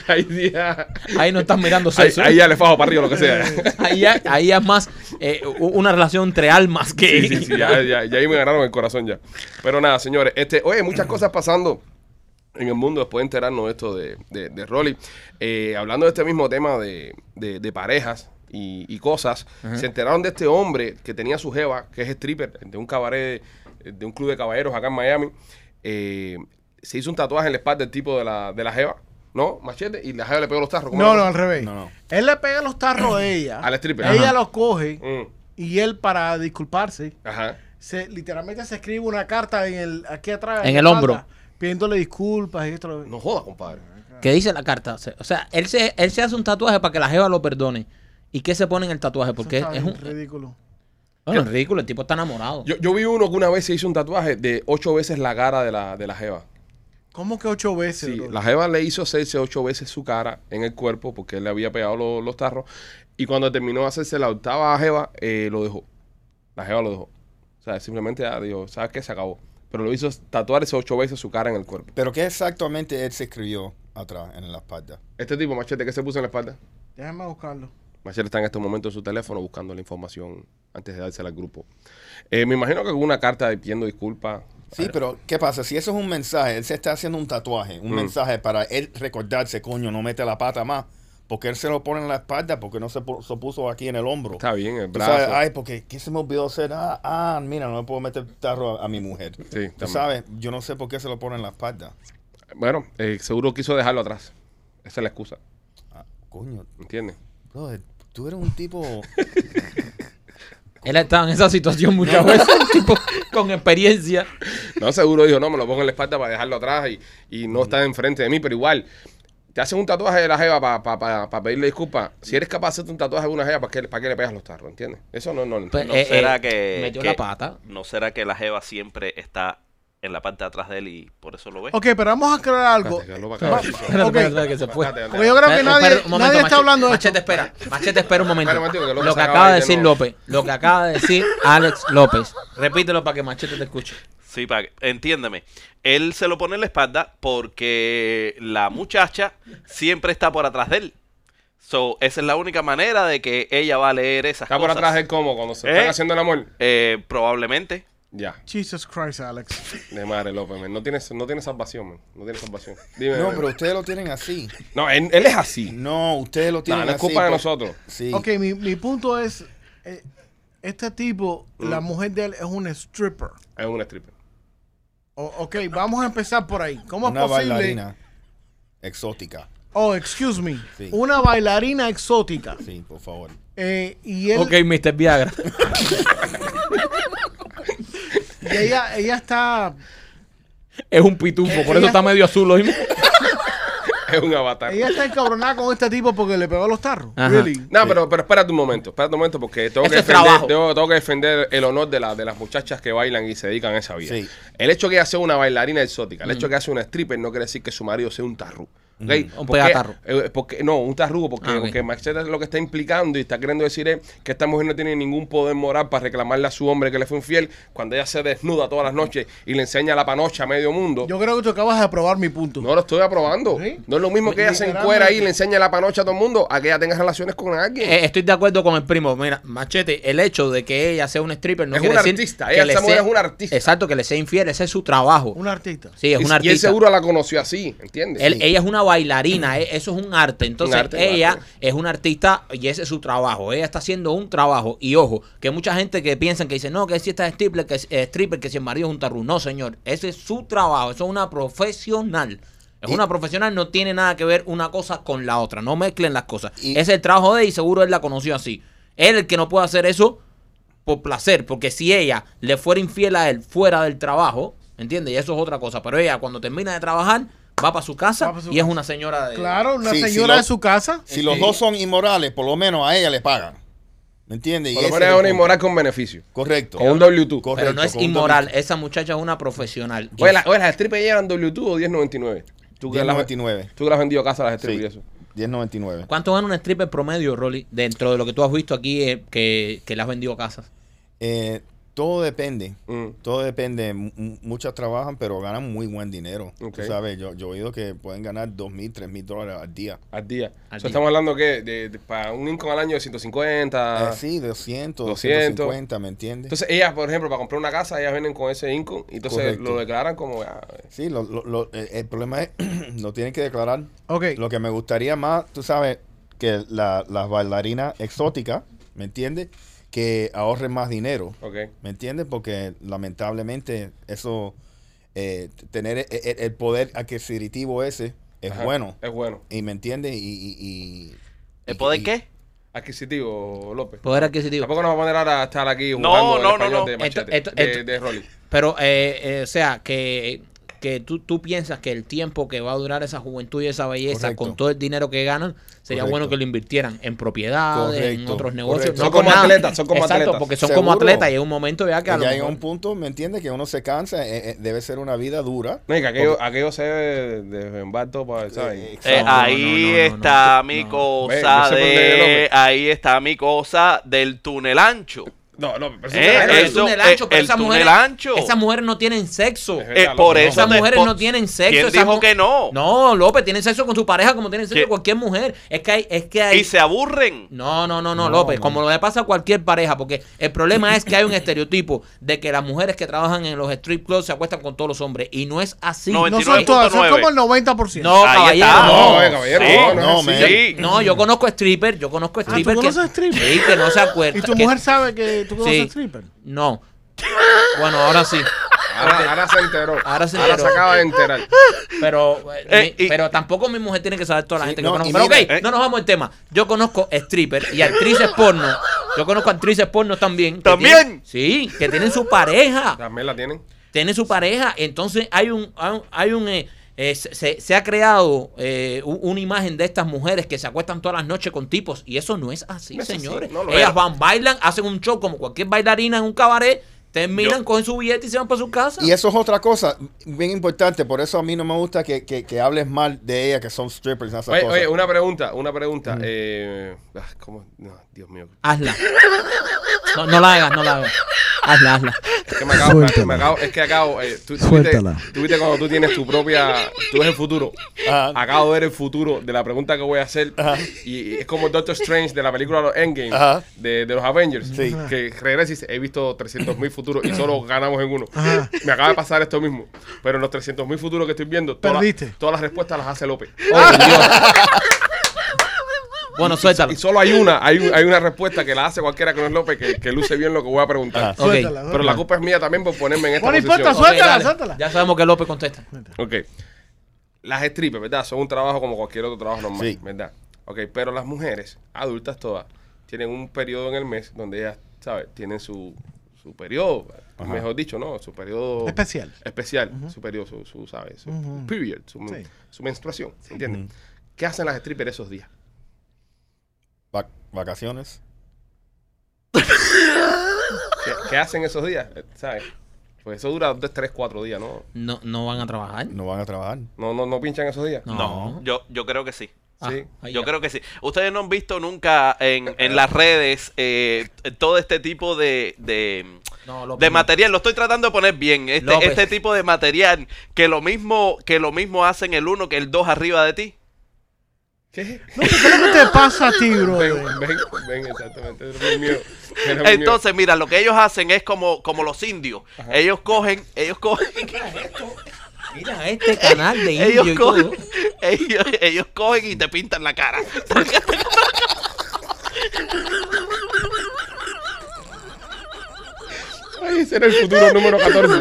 S1: ahí sí ya.
S2: ahí no estás mirando
S1: Ahí,
S2: sexo. ¿eh?
S1: ahí ya le fajo para arriba lo que sea.
S2: Ahí ya- ahí es más eh, u- una relación entre almas que.
S1: Sí, sí, sí, ya, ya, ya ahí me ganaron el corazón ya. Pero nada, señores, este, oye, muchas cosas pasando en el mundo después de enterarnos de esto de, de, de Rolly. Eh, hablando de este mismo tema de, de- de parejas y, y cosas, se enteraron de este hombre que tenía su jeva, que es stripper, de un cabaret, de, de un club de caballeros acá en Miami. Eh, se hizo un tatuaje en la espalda del tipo de la, de la jeva, ¿no? Machete, y la jeva le pegó los tarros. ¿cómo
S3: No,
S1: era?
S3: no, al revés.
S4: No, no.
S3: Él le pega los tarros a ella.
S1: Al stripper.
S3: Ella
S1: Ajá.
S3: los coge
S1: Mm,
S3: y él, para disculparse,
S1: ajá.
S3: se, literalmente se escribe una carta en el, aquí atrás.
S2: En
S3: la
S2: el hombro.
S3: espalda, Pidiéndole disculpas y esto. lo-
S1: No jodas, compadre.
S2: ¿Qué dice la carta? O sea, O sea, él se, él se hace un tatuaje para que la jeva lo perdone. ¿Y qué se pone en el tatuaje?
S3: Eso
S2: Porque
S3: está
S2: es
S3: bien
S2: un.
S3: ridículo.
S2: Bueno, es ridículo, el tipo está enamorado.
S1: Yo, yo vi uno que una vez se hizo un tatuaje de ocho veces la cara de la, de la jeva.
S3: ¿Cómo que ocho veces?
S1: Sí,
S3: bro?
S1: la jeva le hizo hacerse ocho veces su cara en el cuerpo porque él le había pegado lo- los tarros. Y cuando terminó de hacerse la octava jeva, eh, lo dejó. La jeva lo dejó. O sea, simplemente ah, dijo, ¿sabes qué? Se acabó. Pero lo hizo tatuarse ocho veces su cara en el cuerpo.
S4: Pero ¿qué exactamente él se escribió atrás en la espalda?
S1: Este tipo, Machete, ¿qué se puso en la espalda?
S3: Déjame buscarlo.
S1: Machete está en este momento en su teléfono buscando la información antes de dársela al grupo. Eh, me imagino que alguna carta de pidiendo disculpas.
S4: Sí, pero ¿qué pasa? Si eso es un mensaje, él se está haciendo un tatuaje, un mensaje para él recordarse, coño, no mete la pata más, porque él se lo pone en la espalda, porque no se, pu- se puso aquí en el hombro.
S1: Está bien, el
S4: Tú sabes,
S1: brazo.
S4: ay, porque ¿qué se me olvidó hacer? Ah, ah, mira, no me puedo meter tarro a, a mi mujer.
S1: Sí,
S4: Tú
S1: también.
S4: sabes, yo no sé por qué se lo pone en la espalda.
S1: Bueno, eh, seguro quiso dejarlo atrás. Esa es la excusa,
S4: Ah, coño,
S1: ¿entiendes?
S4: brother, tú eres un tipo...
S2: Él ha estado en esa situación muchas veces, un tipo con experiencia.
S1: No, seguro dijo, no, me lo pongo en la espalda para dejarlo atrás y, y no está enfrente de mí, pero igual, te hacen un tatuaje de la jeva para pedirle disculpas. Si eres capaz de hacerte un tatuaje de una jeva, ¿para qué, para qué le pegas los tarros? ¿Entiendes? Eso no, no lo
S2: Pues,
S1: entiendo.
S5: ¿No
S2: eh,
S5: será
S2: eh,
S5: que-
S2: Metió
S5: que-
S2: la pata.
S5: ¿No será que la jeva siempre está en la parte de atrás de él y por eso lo ve?
S3: Ok, pero vamos a aclarar algo.
S1: Pues- Espérate, que lo va a acabar.
S3: Va-
S2: Espérate,
S3: ok.
S2: espérate, espérate, que se fue.
S1: Espérate, espérate.
S3: Porque yo creo que
S2: Espera,
S3: nadie,
S2: espera un momento,
S3: nadie
S2: Machete.
S3: está hablando de esto.
S2: Machete, espera. Machete, espera un momento.
S1: Espera un momento, que
S2: lo,
S1: López
S2: que
S1: acaba
S2: acaba de
S1: de
S2: decir
S1: no-
S2: López. Lo que acaba de decir Alex López. Repítelo para que Machete te escuche.
S5: Sí, pa- entiéndeme. Él se lo pone en la espalda porque la muchacha siempre está por atrás de él. So, esa es la única manera de que ella va a leer esas
S1: Está por
S5: cosas.
S1: atrás del cómo, cuando se
S5: ¿Eh?
S1: están haciendo el amor.
S5: Eh, probablemente.
S1: Ya,
S3: Jesus Christ, Alex.
S1: de madre López, man. No tienes no tiene salvación, man. No tiene salvación. Dime.
S4: No,
S1: No,
S4: pero ustedes lo tienen así.
S1: no él, él es así.
S4: No, ustedes lo
S1: No,
S4: tienen
S1: no es
S4: así. pues.
S1: culpa de
S4: por-
S1: nosotros.
S4: Sí.
S3: Ok, mi, mi punto es, eh, este tipo,
S1: Mm.
S3: la mujer de él es un stripper.
S1: Es un stripper.
S3: O- ok, vamos a empezar por ahí. ¿Cómo
S4: Una
S3: es posible?
S4: bailarina exótica.
S3: Oh, excuse me.
S4: Sí.
S3: Una bailarina exótica.
S4: Sí, por favor.
S3: Eh, y él,
S2: Ok, Mr. Viagra.
S3: y ella, ella está...
S2: Es un pitufo, por eso está medio azul hoy.
S1: Es un avatar.
S3: Ella está encabronada con este tipo porque le pegó los tarros.
S2: Ajá.
S3: Really.
S1: No, pero, pero espérate un momento, espérate un momento porque tengo
S2: Eso
S1: que,
S2: es trabajo.
S1: defender, tengo, tengo que defender el honor de, la, de las muchachas que bailan y se dedican a esa vida.
S4: Sí.
S1: El hecho que ella sea una bailarina exótica, el hecho que ella sea una stripper no quiere decir que su marido sea un tarru. ¿ok?
S2: Mm. Un
S1: Porque-
S2: pegatarro.
S1: eh, porque, no, un tarrugo, porque,
S2: Ah, ok.
S1: porque Machete lo que está implicando y está queriendo decir es que esta mujer no tiene ningún poder moral para reclamarle a su hombre que le fue infiel cuando ella se desnuda todas las noches y le enseña la panocha a medio mundo.
S3: Yo creo que tú acabas de probar mi punto.
S1: No lo estoy aprobando.
S3: ¿Sí?
S1: No es lo mismo que ella se
S3: Literalmente.
S1: encuera ahí y le enseña la panocha a todo el mundo a que ella tenga relaciones con alguien.
S2: Eh, estoy de acuerdo con el primo. Mira, Machete, el hecho de que ella sea una stripper no
S1: Es
S2: quiere
S1: una
S2: decir
S1: artista,
S2: que
S1: ella,
S2: le
S1: esa mujer
S2: sea-
S1: es una artista.
S2: Exacto, que le sea infiel, ese es su trabajo.
S3: Un artista.
S2: Sí, es
S1: Y- y,
S2: una artista.
S1: él seguro la conoció así, ¿entiendes?
S2: Él- ella es una bailarina, e- eso es un arte. Entonces,
S1: Un arte, un
S2: ella
S1: arte.
S2: es una artista y ese es su trabajo. Ella está haciendo un trabajo. Y ojo, que mucha gente que piensa que dice, no, que si está stripper, que es eh, stripper, que si el marido es un tarru. No, señor, ese es su trabajo. Eso es una profesional. Es
S4: Y-
S2: una profesional, no tiene nada que ver una cosa con la otra. No mezclen las cosas.
S4: Y-
S2: Ese es el trabajo de ella y seguro él la conoció así. Él, el que no puede hacer eso por placer, porque si ella le fuera infiel a él fuera del trabajo, ¿entiendes? Y eso es otra cosa. Pero ella, cuando termina de trabajar, va para su casa
S3: Va pa' su
S2: y es
S3: casa.
S2: una señora de.
S3: Claro, una
S4: Sí, sí,
S3: señora
S4: lo-
S3: de su casa.
S4: Si los dos son inmorales, por lo menos a ella le pagan. ¿Me entiendes? Y
S1: Por lo
S4: ese
S1: menos
S4: es
S1: es
S4: el
S1: una
S4: punto.
S1: inmoral con beneficio.
S4: Correcto.
S1: Con un W2.
S4: Correcto.
S2: Pero no es
S4: con un
S2: inmoral.
S4: domingo.
S2: Esa muchacha es una profesional. Y-
S1: Oye, la- oye, las strippers llevan W2 o 10.99. Tú que las-
S4: 10.99.
S1: Tú que las has vendido a casa a las strippers
S4: Sí,
S1: y eso.
S4: 10.99.
S2: ¿Cuánto gana un stripper promedio, Rolly? Dentro de lo que tú has visto aquí eh, que, que le has vendido casas.
S4: Eh, todo depende.
S1: Mm.
S4: Todo depende. M- m- Muchas trabajan, pero ganan muy buen dinero.
S1: Ok.
S4: Tú sabes, yo, yo he oído que pueden ganar 2.000, 3.000 dólares al día.
S1: Al día.
S2: Al
S1: O sea,
S2: día.
S1: estamos hablando que de, de- para un income al año de 150.
S4: Eh, sí,
S1: 200.
S4: 200, 250, ¿me entiendes?
S1: Ah. Entonces, ellas, por ejemplo, para comprar una casa, ellas vienen con ese income y entonces
S4: Correcto.
S1: lo declaran como. ah,
S4: sí, lo- lo- lo- eh, el problema es, no tienen que declarar.
S3: Ok.
S4: Lo que me gustaría más, tú sabes, que la- las bailarinas exóticas, ¿me entiendes? Que ahorren más dinero.
S1: ok.
S4: ¿Me entiendes? Porque lamentablemente eso, eh, t- tener e- e- el, poder adquisitivo ese es
S1: Ajá.
S4: bueno.
S1: Es bueno.
S4: Y me entiendes, y... y, y-
S5: ¿El
S4: y-
S5: poder
S4: y-
S2: Eh,
S5: qué?
S1: Adquisitivo, López.
S2: Poder adquisitivo.
S1: Tampoco nos va a poner ahora a estar aquí
S5: No,
S1: jugando
S5: no,
S1: el español
S5: no, no.
S1: de machete,
S2: Esto- esto-
S1: de,
S2: esto-
S1: de Rolly.
S2: Pero, eh, eh, o sea, que, que tú, tú piensas que el tiempo que va a durar esa juventud y esa belleza
S4: Correcto.
S2: con todo el dinero que ganan, sería
S4: Correcto.
S2: bueno que lo invirtieran en propiedades, en
S4: Correcto,
S2: otros negocios.
S4: correcto.
S2: No
S4: Son
S2: por
S1: como
S2: nada.
S1: atletas, son como
S2: Exacto,
S1: atletas.
S2: porque son como
S4: Seguro.
S2: atletas y en un momento ya que a lo
S4: Ya hay
S2: mejor-
S4: un punto, ¿me entiendes? Que uno se cansa, eh, eh, debe ser una vida dura.
S1: No, y que aquello, aquello se desembar todo para. pues, ¿sabes?
S4: Eh,
S5: Eh,
S2: No,
S5: ahí
S2: no, no, no, no.
S5: está mi
S2: No.
S1: Ve, yo
S5: cosa
S1: sé por dónde
S5: de...
S1: López.
S5: Ahí está mi cosa del túnel ancho.
S1: No, no, pues, pero eso
S5: Eh,
S1: es
S2: Claro,
S1: legal.
S2: el
S5: eso-
S2: túnel
S5: eh,
S2: ancho, pero
S5: el
S2: esas
S5: túnel
S2: mujeres-
S5: ancho.
S2: Esas mujeres no tienen sexo.
S1: Es verdad.
S5: Eh, por
S1: No,
S5: eso
S2: Esas
S5: te-
S2: mujeres
S5: por-
S2: no tienen sexo.
S5: ¿Quién
S2: esas
S5: dijo
S2: mu-
S5: que no?
S2: No, López, tienen sexo con su pareja como tienen sexo
S5: ¿Qué?
S2: con cualquier mujer. Es que hay, es que hay.
S5: Y se aburren.
S2: No, no, no, no,
S4: No,
S2: López,
S4: no.
S2: como lo le pasa a cualquier pareja, porque el problema es que hay un estereotipo de que las mujeres que trabajan en los strip clubs se acuestan con todos los hombres y no es así.
S5: No,
S3: No son todas, son como el 90%.
S2: Ah, No,
S5: Ahí
S2: caballero.
S5: está.
S1: No, eh, caballero,
S5: Sí,
S1: no, no,
S4: no,
S1: es
S4: man.
S1: así.
S5: Sí.
S2: No, yo conozco stripper, yo conozco
S3: Ah, ¿tú
S2: stripper que
S3: conoces stripper?
S2: Sí, que no se acuerda.
S3: ¿Y tu
S2: que-
S3: mujer sabe que tú conoces
S2: Sí.
S3: stripper?
S2: No. Bueno, ahora sí.
S1: Ahora, ahora se enteró.
S2: Ahora se enteró.
S1: acaba de enterar.
S2: Pero, eh,
S5: Eh,
S2: mi-
S5: y-
S2: pero tampoco mi mujer tiene que saber toda la
S4: Sí,
S2: gente que
S4: no,
S2: conozco.
S4: y
S2: Pero
S4: mira,
S2: ok,
S5: eh.
S2: no nos vamos al tema. Yo conozco strippers y actrices porno. Yo conozco actrices porno también. que
S5: ¿También?
S2: tienen- sí, que tienen su pareja.
S1: También la tienen.
S2: tiene su pareja. Entonces hay un, hay un, hay un, eh, eh, se, se ha creado eh, u- una imagen de estas mujeres que se acuestan todas las noches con tipos y eso no es así,
S1: No es así,
S2: señores.
S1: no lo
S2: Ellas
S1: es.
S2: van, bailan, hacen un show como cualquier bailarina en un cabaret, terminan,
S5: Yo-
S2: cogen su billete y se van para su casa.
S4: Y eso es otra cosa bien importante. Por eso a mí no me gusta que, que- que hables mal de ella, que son strippers. esas
S1: Oye,
S4: cosas.
S1: oye, una pregunta, una pregunta. Eh, ah, ¿Cómo? No, Dios mío.
S2: Hazla. No, no la hagas, no la hagas. Hazla, hazla.
S1: Es que me acabo,
S6: Suéltala.
S1: me acabo- es que acabo, eh, tú, tú viste,
S6: Suéltala.
S1: tú viste cuando tú tienes tu propia, tú ves el futuro.
S4: Ajá.
S1: Acabo de ver el futuro de la pregunta que voy a hacer y es como Doctor Strange de la película los Endgame
S4: Ajá.
S1: de, de los Avengers
S4: Sí.
S1: que regresa y dice, he visto 300.000 futuros y solo ganamos en uno. Me acaba de pasar esto mismo, pero en los 300.000 futuros que estoy viendo, todas,
S3: Perdiste.
S1: todas las respuestas las hace López.
S3: Ah,
S2: Oh, Dios. Bueno, suéltalo.
S1: Y solo hay una, hay, un- hay una respuesta que la hace cualquiera que no es López que, que luce bien lo que voy a preguntar.
S4: Ajá.
S2: Ok.
S3: Suéltala,
S1: Pero la culpa es mía también por ponerme en esta
S3: No le
S1: posición.
S3: importa,
S2: Ok,
S3: Suéltala,
S2: dale.
S3: suéltala.
S2: Ya sabemos que López contesta.
S1: Ok. Las strippers, ¿verdad? Son un trabajo como cualquier otro trabajo normal,
S4: Sí.
S1: ¿verdad? Ok, pero las mujeres, adultas todas, tienen un periodo en el mes donde ellas, ¿sabes? Tienen su, su periodo,
S4: Ajá.
S1: mejor dicho, ¿no? Su periodo...
S3: Especial.
S1: Especial, su periodo, su, su, ¿sabes? Su
S3: Ujú.
S1: period, su, men-
S3: Sí.
S1: su menstruación,
S4: Mm.
S1: ¿entiendes? ¿Qué hacen las strippers esos días?
S4: Vac- vacaciones.
S1: ¿Qué, qué hacen esos días? Eh, ¿Sabes? Pues eso dura dos, tres, cuatro días, ¿no?
S2: No, no van a trabajar.
S4: No van a trabajar.
S1: ¿No, no, no pinchan esos días?
S5: No, yo, yo creo que sí.
S2: Ah,
S1: Sí.
S2: ahí
S5: Yo
S2: ya.
S5: creo que sí. Ustedes no han visto nunca en, en las redes eh, todo este tipo de, de,
S2: No, López,
S5: de
S2: no.
S5: material. Lo estoy tratando de poner bien. Este,
S2: López.
S5: este tipo de material que lo mismo que lo mismo hacen el uno que el dos arriba de ti.
S1: ¿Qué?
S3: No, ¿qué es lo que te pasa a ti, bro?
S1: Ven, ven, ven, exactamente. Era muy mío. Era muy mío.
S5: Entonces, mira, lo que ellos hacen es como, como los indios. Ellos cogen, ellos cogen,
S2: Mira este canal de indio
S5: ellos
S2: y todo.
S5: cogen, ellos, ellos cogen y te pintan la cara.
S1: Ay, ese era el futuro número 14.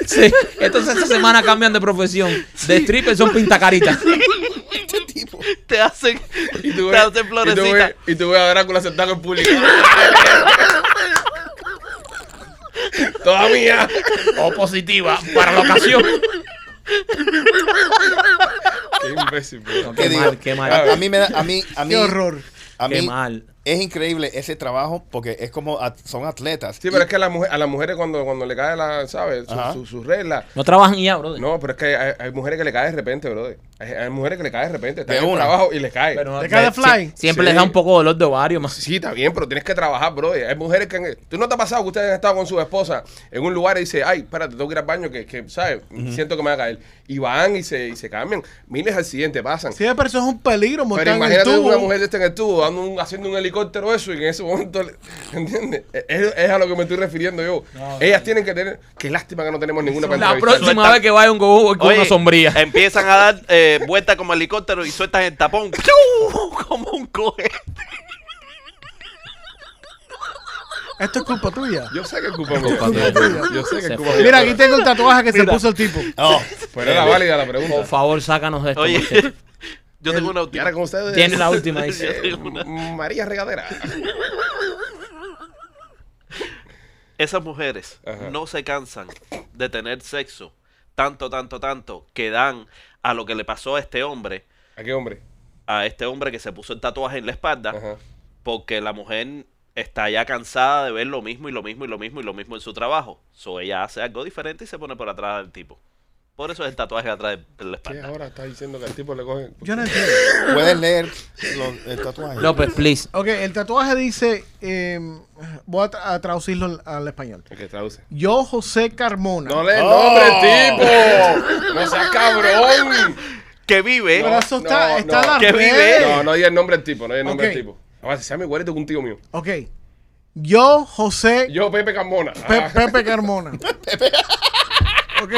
S2: Entonces, entonces esta semana cambian de profesión. De stripper son pintacaritas.
S4: Este tipo.
S5: Te hacen,
S1: Y tú
S5: te
S1: ves,
S5: hacen
S1: y tú
S5: florecita.
S1: ves, y tú ves a Drácula sentado en público. Toda mía.
S2: O oh, positiva para la ocasión.
S1: Qué imbécil, bro.
S2: No, qué
S4: Que
S2: mal,
S4: digo,
S2: qué
S4: A, a
S2: mal.
S4: mí me da, a mí, a mí,
S3: Qué horror.
S4: a
S2: Qué
S4: mí
S2: mal.
S4: es increíble ese trabajo porque es como at- son atletas.
S1: Sí, pero es que a, la mujer- a las mujeres cuando, cuando le cae la, ¿sabes? Su-
S4: Ajá.
S1: su- sus reglas.
S2: No trabajan ya, brother.
S1: No, pero es que hay, hay mujeres que le cae de repente, brother. Hay, hay mujeres que le cae de repente. Están
S4: De
S1: en el
S4: una.
S1: trabajo y le cae.
S2: Pero no-
S3: Te cae de
S2: sie-
S3: fly.
S2: Siempre
S1: Sí.
S2: les da un poco de dolor de ovario. Más.
S1: Sí, está bien, pero tienes que trabajar, bro. Hay mujeres que... han- ¿Tú no te ha pasado que ustedes han estado con su esposa en un lugar y dice, ay, espérate, tengo que ir al baño que, que ¿sabes? Siento que me va a caer. Y van y se, y se cambian. Miles de accidentes pasan.
S3: Sí, pero eso es un peligro.
S1: pero
S3: Montar en el
S1: imagínate
S3: tubo.
S1: una mujer que está en el tubo dando un- haciendo un helicóptero eso y que en ese momento, le- ¿entiendes? E, Es, es a lo que me estoy refiriendo yo. Ellas tienen que tener... Qué lástima que no tenemos ninguna para
S2: La
S1: entrevistar.
S2: próxima vez que vaya un gogo voy con
S5: Oye,
S2: una sombría.
S5: Empiezan a dar eh, vueltas como helicóptero y sueltan el tapón. Como un cohete.
S3: Esto es culpa tuya.
S1: Yo sé que es culpa mía.
S2: culpa tuya.
S1: Yo sé que
S2: Se
S1: es culpa
S2: fue.
S1: mía.
S3: Mira, aquí tengo el tatuaje que se
S5: Mira.
S3: puso el tipo.
S4: Oh,
S1: Pero era válida la pregunta.
S2: Por favor, sácanos de esto.
S5: Oye,
S2: Machete.
S5: yo tengo una
S1: Y
S5: última.
S1: ahora con ustedes...
S2: Tiene la última,
S5: Yo
S2: dice.
S1: eh,
S5: tengo una-
S1: María Regadera.
S5: Esas mujeres
S1: Ajá.
S5: no se cansan de tener sexo tanto, tanto, tanto que dan a lo que le pasó a este hombre,
S1: ¿A qué hombre?
S5: a este hombre que se puso el tatuaje en la espalda,
S1: Ajá.
S5: porque la mujer está ya cansada de ver lo mismo y lo mismo y lo mismo y lo mismo en su trabajo. So ella hace algo diferente y se pone por atrás del tipo. Por eso es el tatuaje atrás de
S1: ¿Qué
S5: la espalda.
S1: ahora estás diciendo que al tipo le cogen?
S3: Yo no entiendo.
S4: puedes leer los, el tatuaje.
S2: López, please.
S3: Ok, el tatuaje dice. eh, voy a, tra- a traducirlo al, al español.
S1: El que traduce.
S3: Yo, José Carmona.
S1: No le
S4: ¡Oh!
S1: nombre, tipo. No seas cabrón.
S5: Que vive.
S3: Pero eso está,
S1: no,
S3: está
S1: no.
S3: en las
S5: Que vive.
S3: redes.
S1: No, no digas el nombre del tipo. No digas el nombre
S3: Ok.
S1: del tipo. Ah, Además, se llama igualito que un tío mío.
S3: Ok. Yo, José
S1: Yo, Pepe Cambona.
S3: Pe-
S1: Ah,
S3: Pepe Carmona. Ok.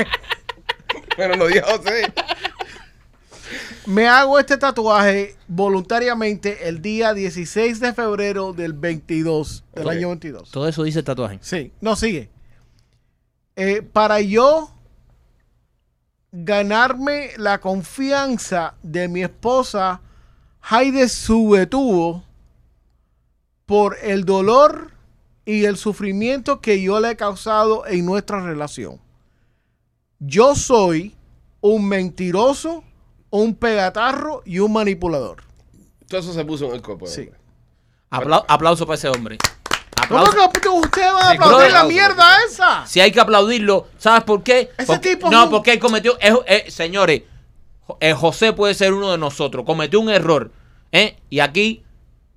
S1: bueno, no digas José.
S3: Me hago este tatuaje voluntariamente el día 16 de febrero del 22, del
S1: Ok.
S3: año 22.
S2: Todo eso dice el tatuaje.
S3: Sí, no, sigue. Eh, para yo ganarme la confianza de mi esposa, Heide subetuvo por el dolor y el sufrimiento que yo le he causado en nuestra relación. Yo soy un mentiroso, un pegatarro y un manipulador.
S1: Todo eso se puso en el cuerpo.
S3: Sí.
S2: Aplau- aplauso para ese hombre.
S3: ¿Cómo
S2: Aplauso.
S3: que ustedes van a
S2: Sí,
S3: aplaudir
S2: brother.
S3: la mierda esa?
S2: Si hay que aplaudirlo, ¿sabes por qué?
S3: Ese
S2: Porque-
S3: tipo es
S2: No,
S3: un-
S2: porque él cometió. eh, eh, señores, Jo- eh, José puede ser uno de nosotros. Cometió un error. ¿eh? Y aquí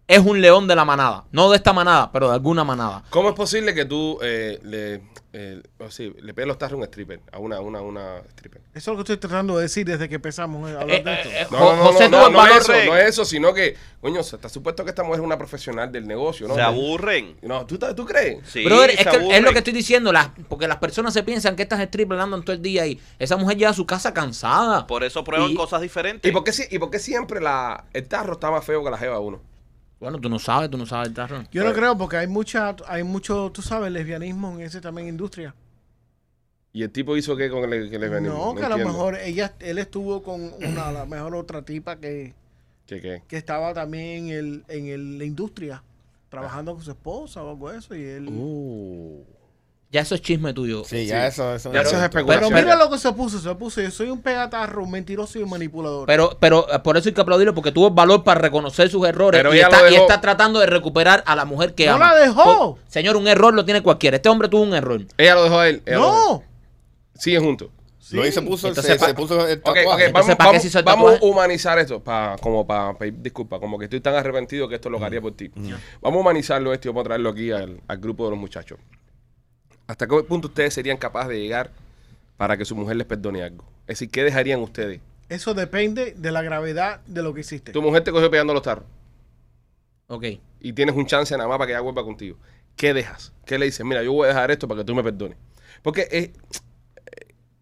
S2: es un león de la manada. No de esta manada, pero de alguna manada.
S1: ¿Cómo es posible que tú eh, le, eh, o sí, le pegues los tarros a un stripper? A una, a una, a una stripper.
S3: Eso es lo que estoy tratando de decir desde que empezamos a
S2: Eh,
S3: hablar de esto.
S2: eh, eh,
S1: No,
S2: Jo-
S1: no, no,
S2: José
S1: no,
S2: tuvo el
S1: no, no
S2: valor.
S1: es eso,
S5: Rey.
S1: no es eso, sino que, coño, se está supuesto que esta mujer es una profesional del negocio, ¿no?
S5: Se aburren.
S1: No, ¿tú, ta- ¿tú crees?
S5: Sí,
S2: Brother,
S5: se
S2: es, que es
S5: aburren.
S2: lo que estoy diciendo, las, porque las personas se piensan que estas strippers andan todo el día ahí. Esa mujer llega a su casa cansada.
S5: Por eso prueban
S2: Y-
S5: cosas diferentes.
S1: ¿Y por qué, si- y por qué siempre la, el tarro está más feo que la jeva de uno?
S2: Bueno, tú no sabes, tú no sabes, Tarrón.
S3: Yo no creo porque hay mucha, hay mucho, tú sabes, lesbianismo en ese también industria.
S1: ¿Y el tipo hizo qué con el que le venimos?
S3: no, que a lo
S1: entiendo.
S3: mejor ella, él estuvo con una, a lo mejor otra tipa que,
S1: ¿Qué, qué?
S3: que estaba también en el, en el- la industria, trabajando con su esposa o algo de eso y él.
S1: Uh,
S2: Ya eso es chisme tuyo.
S4: Sí, ya eso, eso,
S1: Ya eso es
S3: Pero
S1: especulación.
S3: mira lo que se puso, se puso, yo soy un pegatarro, un mentiroso y un manipulador.
S2: Pero, pero eh, por eso hay que aplaudirlo, porque tuvo el valor para reconocer sus errores
S1: Pero
S2: y
S1: ella lo
S2: está, y
S1: dejó.
S2: está tratando de recuperar a la mujer que
S3: ¡No
S2: ama.
S3: la dejó!
S2: Po- señor, un error lo tiene cualquiera. Este hombre tuvo un error.
S1: Ella lo dejó Eh, a él. ella lo dejó a él.
S3: no,
S1: Siguen juntos.
S4: Lo hizo, puso, el-
S2: Entonces,
S4: se,
S2: pa-
S4: se puso el
S1: Ok,
S4: tatuaje.
S1: ok,
S2: Entonces,
S1: vamos,
S2: ¿para qué
S1: vamos-
S2: se hizo el
S1: vamos a
S2: tatuaje?
S1: humanizar esto, pa- como para pedir disculpas, como que estoy tan arrepentido que esto lo que
S2: Mm.
S1: haría por ti. Vamos a humanizarlo esto y vamos a traerlo aquí al, al grupo de los muchachos. ¿Hasta qué punto ustedes serían capaces de llegar para que su mujer les perdone algo? Es decir, ¿qué dejarían ustedes?
S3: eso depende de la gravedad de lo que hiciste.
S1: Tu mujer te cogió pegando los tarros
S2: Ok.
S1: y tienes un chance nada más para que ella vuelva contigo. ¿Qué dejas? ¿Qué le dices? Mira, yo voy a dejar esto para que tú me perdones. Porque es-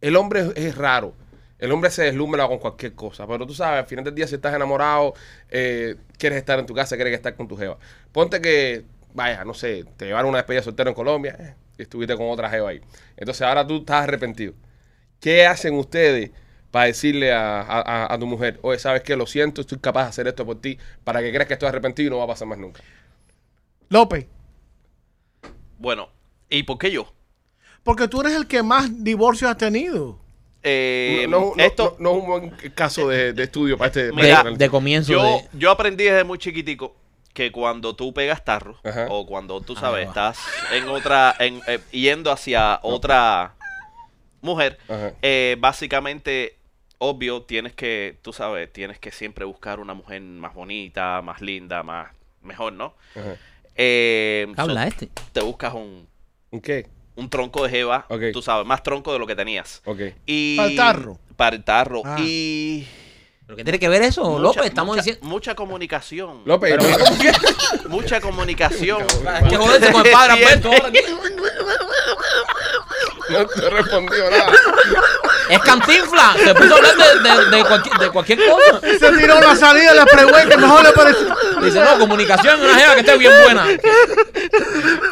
S1: el hombre es, es raro. El hombre se deslumbra con cualquier cosa. Pero tú sabes, al final del día, si estás enamorado, eh, quieres estar en tu casa, quieres estar con tu jeva. Ponte que, vaya, no sé, te llevaron una despedida soltera en Colombia eh, y estuviste con otra jeva ahí. Entonces ahora tú estás arrepentido. ¿Qué hacen ustedes para decirle a, a- a- a tu mujer, oye, sabes qué, lo siento, estoy capaz de hacer esto por ti, para que creas que estoy arrepentido y no va a pasar más nunca?
S3: López,
S5: Bueno, ¿y por qué yo?
S3: porque tú eres el que más divorcios has tenido.
S5: Eh,
S1: no, no- no-
S5: esto,
S1: no- no es un buen caso de, de estudio para este.
S5: Mira,
S1: para
S2: de,
S1: este-
S2: de comienzo
S5: yo,
S2: de-
S5: yo aprendí desde muy chiquitico que cuando tú pegas tarro
S1: Ajá.
S5: o cuando tú
S2: Ah,
S5: sabes
S2: va.
S5: estás en otra en, eh, yendo hacia otra mujer
S1: Ajá.
S5: eh, básicamente obvio tienes que tú sabes tienes que siempre buscar una mujer más bonita más linda más mejor no
S1: Ajá.
S5: Eh, so,
S2: Habla este.
S5: te buscas un,
S1: ¿Un qué?
S5: un tronco de jeva
S1: Ok.
S5: tú sabes más tronco de lo que tenías
S1: Ok.
S5: y
S3: Para el tarro.
S5: para el tarro
S3: Ah.
S5: y
S2: ¿Pero qué tiene que ver eso,
S5: mucha-
S2: López? Estamos
S5: mucha-
S2: diciendo.
S5: mucha comunicación
S1: López,
S5: mucha comunicación.
S2: Hay que joderse con el padre Alberto ahora aquí.
S1: no te respondió nada.
S2: Es cantinfla. Se puso a hablar de, de- de cualquier, de cualquier cosa.
S3: Se tiró la salida del freeway que mejor le pareció.
S2: Dice, no, comunicación, una jeva que esté bien buena.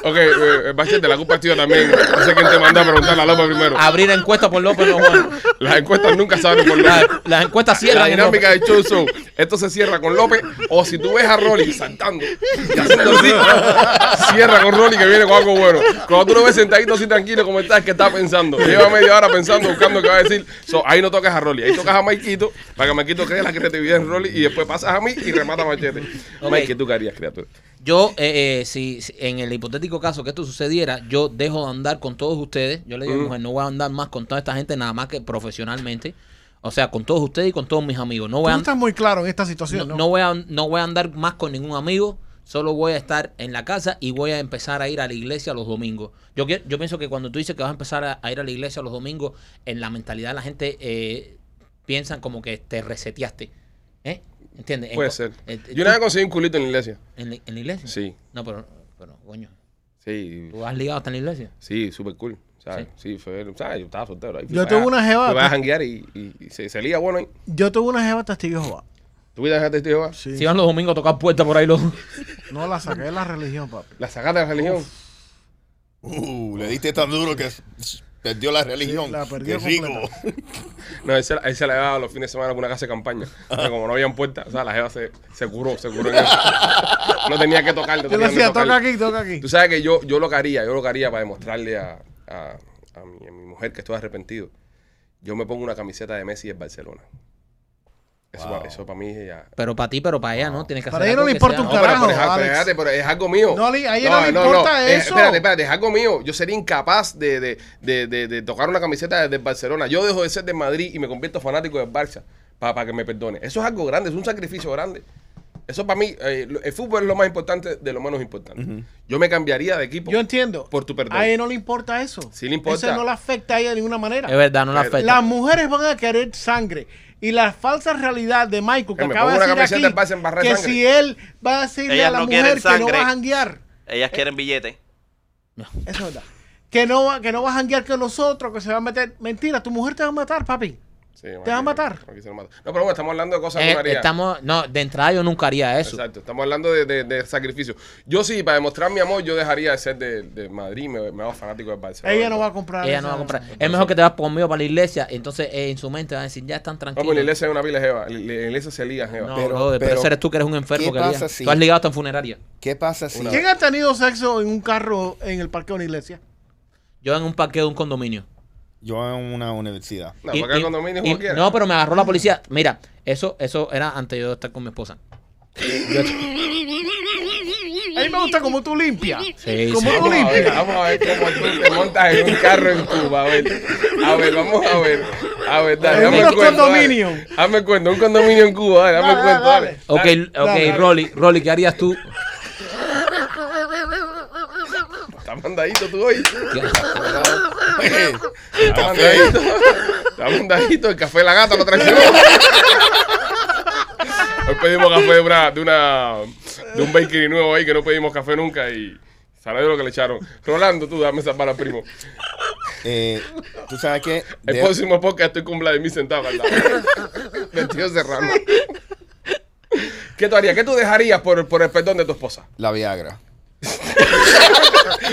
S1: Ok, eh, Bachete, la culpa es tuya también. No sé quién te manda a preguntarle a López primero.
S2: Abrir encuesta por López no es bueno.
S1: Las encuestas nunca saben por
S2: La-
S1: nada.
S2: Las encuestas cierran.
S1: La
S2: en
S1: dinámica
S2: López.
S1: del show show. Esto se cierra con López o si tú ves a Rolly saltando y haciendo así, cierra con Rolly que viene con algo bueno. Cuando tú lo ves sentadito así tranquilo como estás, que está pensando? Lleva media hora pensando, buscando qué va a decir. So, ahí no tocas a Rolly, ahí tocas a Maikito para que Maikito cree la creatividad en Rolly y después pasas a mí y remata a Machete.
S2: Ok.
S1: Mike, ¿qué tú qué harías, criatura?
S2: Yo, eh, eh, si, si- en el hipotético caso que esto sucediera, yo dejo de andar con todos ustedes. Yo le digo a mi
S3: Mm.
S2: mujer, no voy a andar más con toda esta gente, nada más que profesionalmente. O sea, con todos ustedes y con todos mis amigos. No
S3: Tú
S2: voy a,
S3: no estás muy claro en esta
S2: no,
S3: situación, ¿no?
S2: no voy a, no voy a andar más con ningún amigo. Solo voy a estar en la casa y voy a empezar a ir a la iglesia los domingos. Yo, quie- yo pienso que cuando tú dices que vas a empezar a, a ir a la iglesia los domingos, en la mentalidad de la gente eh, piensan como que te reseteaste. ¿Eh? ¿Entiendes? En
S1: Puede
S2: co-
S1: ser.
S2: eh,
S1: Yo una vez
S2: tú-
S1: conseguí un culito en la iglesia.
S2: ¿En, la- en la iglesia?
S1: Sí,
S2: No, pero, pero, coño,
S1: sí.
S2: ¿tú has ligado hasta en la iglesia?
S1: Sí, súper cool. ¿sabes? Sí, fue, ¿sabes? Yo estaba soltero. Ahí fui
S3: Yo
S1: para
S3: tuve
S1: allá.
S3: una jeva
S1: Me vas a
S3: que-
S1: janguear y, y- y se, se lía bueno ahí.
S3: Yo tuve una jeva testigo de Jehová.
S1: ¿Tú fuiste a dejar testigo de Jehová?
S3: Sí.
S2: Si van los domingos a tocar puertas por ahí los...
S3: No la saqué de la religión, papi.
S1: ¿La sacaste de la religión?
S4: Uh, le diste tan duro que s- s- perdió la religión.
S3: la perdió
S4: Qué rico.
S3: completa.
S1: No, él se, la- él se la llevaba los fines de semana con una casa de campaña. Pero como no habían puertas, o sea, la jeva se, se curó, se curó en eso. No tenía que tocarle. no
S3: Yo le
S1: tenía que
S3: decía, toca
S1: tocarle.
S3: aquí, toca aquí.
S1: Tú sabes que yo, yo lo que haría, yo lo que haría para demostrarle a, a- a mi, a mi mujer que estoy arrepentido. Yo me pongo una camiseta de Messi en Barcelona. Eso,
S4: Wow.
S1: pa- eso para mí es ya...
S2: Pero para ti, pero para ella, ¿no? Tienes que
S3: Para
S2: hacer
S3: ella no
S2: algo
S3: le
S2: que
S3: importa
S2: sea-
S3: un
S1: No, pero,
S3: Carajo,
S1: pero es- pero
S3: Alex.
S1: espérate, pero es algo mío.
S3: No, le- a ella no le importa
S1: Es- Eh,
S3: eso.
S1: espérate, espérate, es algo mío. Yo sería incapaz de, de, de, de- de tocar una camiseta de, de Barcelona. Yo dejo de ser de Madrid y me convierto fanático del Barça para que me perdone. Eso es algo grande, es un sacrificio grande. Eso para mí, eh, lo- el fútbol es lo más importante de lo menos importante. Yo me cambiaría de equipo.
S3: Yo entiendo.
S1: Por tu perdón.
S3: A ella no le importa eso.
S1: Sí le importa.
S3: Eso no le afecta a ella de ninguna manera.
S2: Es verdad, no la afecta.
S3: Las mujeres van a querer sangre. Y la falsa realidad de Michael, que
S1: Que me
S3: acaba
S1: ponga una
S3: de
S1: camiseta
S3: decir
S1: del Barça en
S3: aquí,
S1: barra de
S3: que
S1: sangre.
S3: si él va a decirle
S5: Ellas
S3: a la
S5: no quieren
S3: mujer que no
S5: sangre.
S3: va a janguear,
S5: Ellas quieren billetes.
S3: eso es verdad, que no, va- que no va a janguear con nosotros, que se va a meter. Mentira, tu mujer te va a matar, papi.
S1: Sí,
S3: Te va a matar.
S1: aquí se lo mato. No, pero bueno, estamos hablando de cosas que
S2: Eh,
S1: uno haría.
S2: estamos, no, de entrada yo nunca haría eso.
S1: Exacto, estamos hablando de, de- de sacrificio. Yo sí, para demostrar mi amor, yo dejaría de ser de, de Madrid, me, me hago fanático del Barcelona.
S3: Ella no va a comprar.
S2: Ella
S3: esa-
S2: no va a comprar. Es mejor que te vas conmigo para la iglesia. Entonces eh, en su mente van a decir, ya están
S1: No,
S2: tranquilos.
S1: pues en la iglesia hay una pila de jeva. En la iglesia se lía jeva.
S2: No,
S4: Pero-
S2: brother, pero,
S4: pero,
S2: ese eres tú que eres un enfermo.
S4: ¿qué
S2: Que liga.
S4: pasa si-
S2: Tú has ligado hasta en funeraria.
S4: ¿Qué pasa si
S3: ¿Quién ha tenido sexo en un carro en el parque de una iglesia?
S2: Yo en un parqueo de un condominio.
S4: yo en una universidad?
S1: No,
S2: Y-
S1: porque el
S2: y-
S1: condominio
S2: y-
S1: cualquiera.
S2: No, pero me agarró la policía. Mira, eso, eso era antes yo de estar con mi esposa.
S3: A mí me gusta cómo tú limpias.
S2: Sí,
S3: ¿Cómo
S2: sí.
S3: tú
S1: Vamos a ver,
S3: limpias?
S1: vamos a ver cómo tú te montas en un carro en Cuba. A ver, a ver, vamos a ver. A ver, dale,
S3: En
S1: dame
S3: unos
S1: el cuento.
S3: condominios.
S1: dale. Dame el cuento, un condominio en Cuba, dale, dame el
S3: Dale,
S1: cuento,
S3: dale,
S1: dale.
S2: Ok,
S3: dale.
S2: ok, Rolly, Rolly, ¿qué harías tú?
S1: Está mandadito tú hoy.
S2: ¿Qué-
S1: Está mandadito. Está mandadito. El café de la gata lo traicionó. Hoy pedimos café de una, de una de un bakery nuevo ahí que no pedimos café nunca y sabes lo que le echaron. Rolando, tú dame esa al primo.
S4: Eh, ¿Tú sabes qué?
S1: El
S4: De-
S1: próximo podcast estoy con Vladimir sentado al lado. Vestido cerrado. ¿Qué tú harías? ¿Qué tú dejarías por, por el perdón de tu esposa?
S4: la Viagra.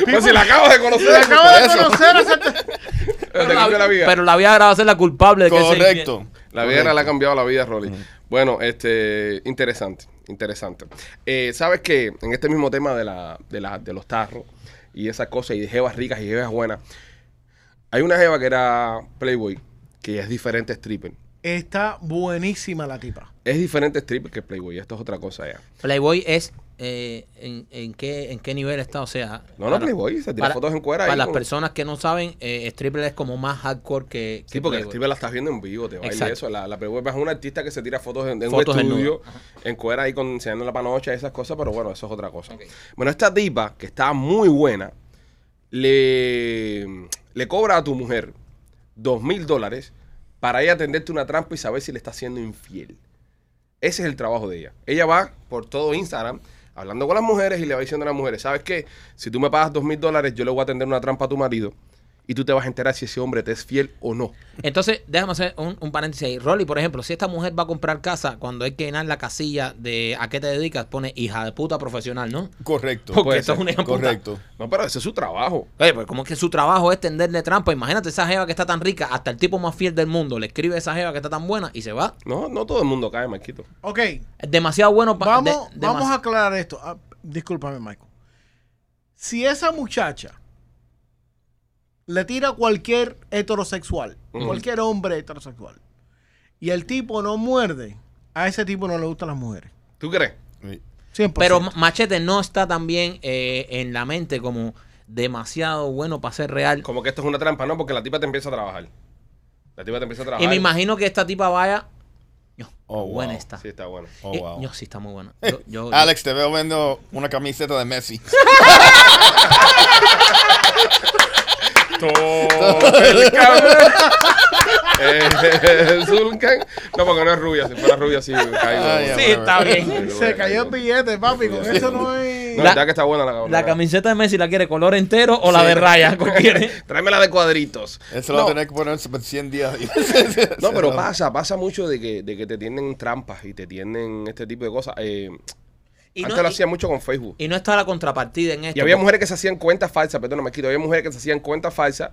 S1: Pues si la acabas de conocer.
S3: Te acabo de
S4: eso.
S3: conocer. hace-
S1: Te cambió la vida.
S2: Pero la Viagra va a ser la culpable de que ese-
S4: Correcto.
S1: La vida le ha cambiado la vida, Rolly. Bueno, este, interesante, interesante. Eh, Sabes que en este mismo tema de, la, de, la, de los tarros y esas cosas, y de jevas ricas y jevas buenas, hay una jeva que era Playboy, que es diferente stripper.
S3: Está buenísima la tipa.
S1: Es diferente stripper que Playboy, esto es otra cosa ya.
S2: Playboy es eh, en, en qué, en qué nivel está, o sea...
S1: No, no, Playboy, se tira fotos en cuera ahí
S2: Para las
S1: con-
S2: personas que no saben, eh, stripper es como más hardcore que,
S1: Sí,
S2: que
S1: porque
S2: Playboy.
S1: stripper la estás viendo en vivo, te baila
S2: Exacto.
S1: eso. La, la Playboy es una artista que se tira fotos en, en
S2: Fotos
S1: un
S2: desnuda.
S1: estudio, en cuera ahí con, enseñando la panocha, esas cosas, pero bueno, eso es otra cosa. Bueno, esta tipa, que está muy buena, le, le cobra a tu mujer dos mil dólares para ella atenderte una trampa y saber si le está siendo infiel. Ese es el trabajo de ella. Ella va por todo Instagram hablando con las mujeres y le va diciendo a las mujeres, ¿sabes qué? Si tú me pagas dos mil dólares, yo le voy a atender una trampa a tu marido y tú te vas a enterar si ese hombre te es fiel o no.
S2: Entonces, déjame hacer un, un paréntesis ahí. Rolly, por ejemplo, si esta mujer va a comprar casa, cuando hay que llenar la casilla de a qué te dedicas, pone hija de puta profesional, ¿no?
S4: Correcto.
S2: Porque
S1: puede
S2: esto es
S1: ser.
S2: una hija de puta.
S4: Correcto.
S1: No, pero ese es su trabajo.
S2: Oye, pues como es que su trabajo es tenderle trampa. Imagínate esa jeva que está tan rica, hasta el tipo más fiel del mundo le escribe a esa jeva que está tan buena y se va.
S1: No, no todo el mundo cae, Marquito.
S3: Ok,
S2: Es demasiado bueno para...
S3: vamos, vamos a aclarar esto. Ah, discúlpame, Michael. Si esa muchacha le tira a cualquier heterosexual,
S1: Ujú.
S3: cualquier hombre heterosexual, y el tipo no muerde, a ese tipo no le gustan las mujeres.
S1: ¿Tú crees?
S3: 100%.
S2: Pero Machete no está tan bien eh, en la mente como demasiado bueno para ser real.
S1: Como que esto es una trampa, ¿no? Porque la tipa te empieza a trabajar. La tipa te empieza a trabajar.
S2: Y me imagino que esta tipa vaya... Ño,
S4: Oh, wow.
S2: buena está.
S1: Sí, está bueno.
S4: Oh,
S2: Eh,
S4: wow.
S2: Ño, sí está muy buena. Yo- yo- yo-
S4: Alex, te veo viendo una camiseta de Messi.
S1: Eh, Zulkan. No, porque no es rubia. Si fuera rubia, sí caigo.
S4: Ay,
S1: Sí,
S4: ay,
S2: está bien.
S1: sí,
S3: Se cayó el
S1: caigo.
S3: billete, papi. Con
S1: Sí.
S3: eso no hay.
S1: No,
S2: La-
S1: la, que está buena la cabrona.
S2: La camiseta de Messi la quiere color entero o la de raya, cualquiera.
S1: Tráeme la de cuadritos.
S4: Eso lo
S1: no,
S4: va a tener que poner por 100 días.
S1: no, pero pasa, pasa mucho de que, de que te tienden trampas y te tienden este tipo de cosas. Eh,
S2: Y
S1: antes
S2: no,
S1: lo
S2: y-
S1: hacía mucho con Facebook.
S2: y no está la contrapartida en esto.
S1: Y había
S2: porque-
S1: mujeres que se hacían cuentas falsas, perdón, me quito, había mujeres que se hacían cuentas falsas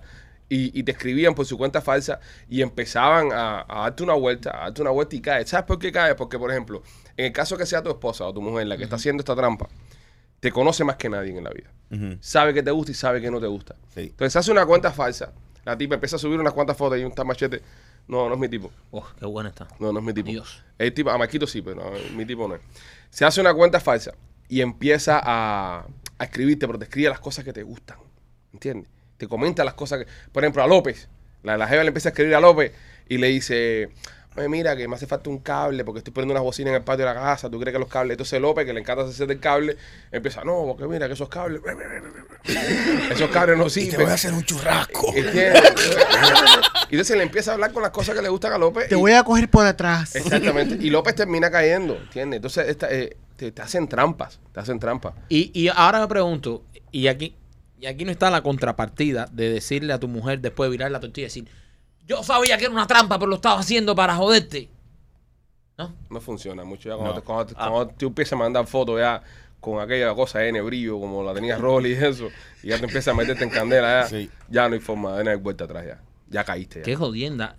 S1: y, y te escribían por su cuenta falsa y empezaban a, a darte una vuelta, a darte una vuelta y caes. ¿Sabes por qué caes? Porque, por ejemplo, en el caso que sea tu esposa o tu mujer la que está haciendo esta trampa, te conoce más que nadie en la vida. Sabe que te gusta y sabe que no te gusta.
S4: Sí.
S1: Entonces hace una cuenta falsa, la tipa empieza a subir unas cuantas fotos y un tal machete. No, no es mi tipo.
S2: Oh, qué buena está.
S1: No, no es mi tipo.
S2: Dios.
S1: El tipo, a Marquito sí, pero no, mi tipo no es. Se hace una cuenta falsa y empieza a, a escribirte, pero te escribe las cosas que te gustan. ¿Entiendes? Te comenta las cosas que. Por ejemplo, a López. La, la jeva le empieza a escribir a López y le dice. "Oye, mira, que me hace falta un cable porque estoy poniendo unas bocinas en el patio de la casa. ¿Tú crees que los cables? Entonces López, que le encanta hacer del cable, empieza, no, porque mira, que esos cables. Esos cables no
S4: Y
S1: sirven.
S4: te voy a hacer un churrasco.
S1: ¿Entiendes? Y entonces le empieza a hablar con las cosas que le gustan a López.
S3: Te
S1: y-
S3: voy a coger por atrás.
S1: Exactamente. Y López termina cayendo, ¿entiendes? Entonces esta, eh, te, te hacen trampas, te hacen trampas.
S2: Y, y ahora me pregunto, y aquí, y aquí no está la contrapartida de decirle a tu mujer después de virar la tortilla y decir, yo sabía que era una trampa, pero lo estaba haciendo para joderte. ¿No?
S1: No funciona mucho. Ya cuando,
S4: No.
S1: te- cuando te- cuando tú empiezas a mandar fotos ya con aquella cosa de nebrillo, como la tenía Rolly y eso, y ya te empiezas a meterte en candela, ya,
S4: Sí.
S1: ya no hay forma de no hay vuelta atrás ya. Ya caíste ya.
S2: Qué jodienda.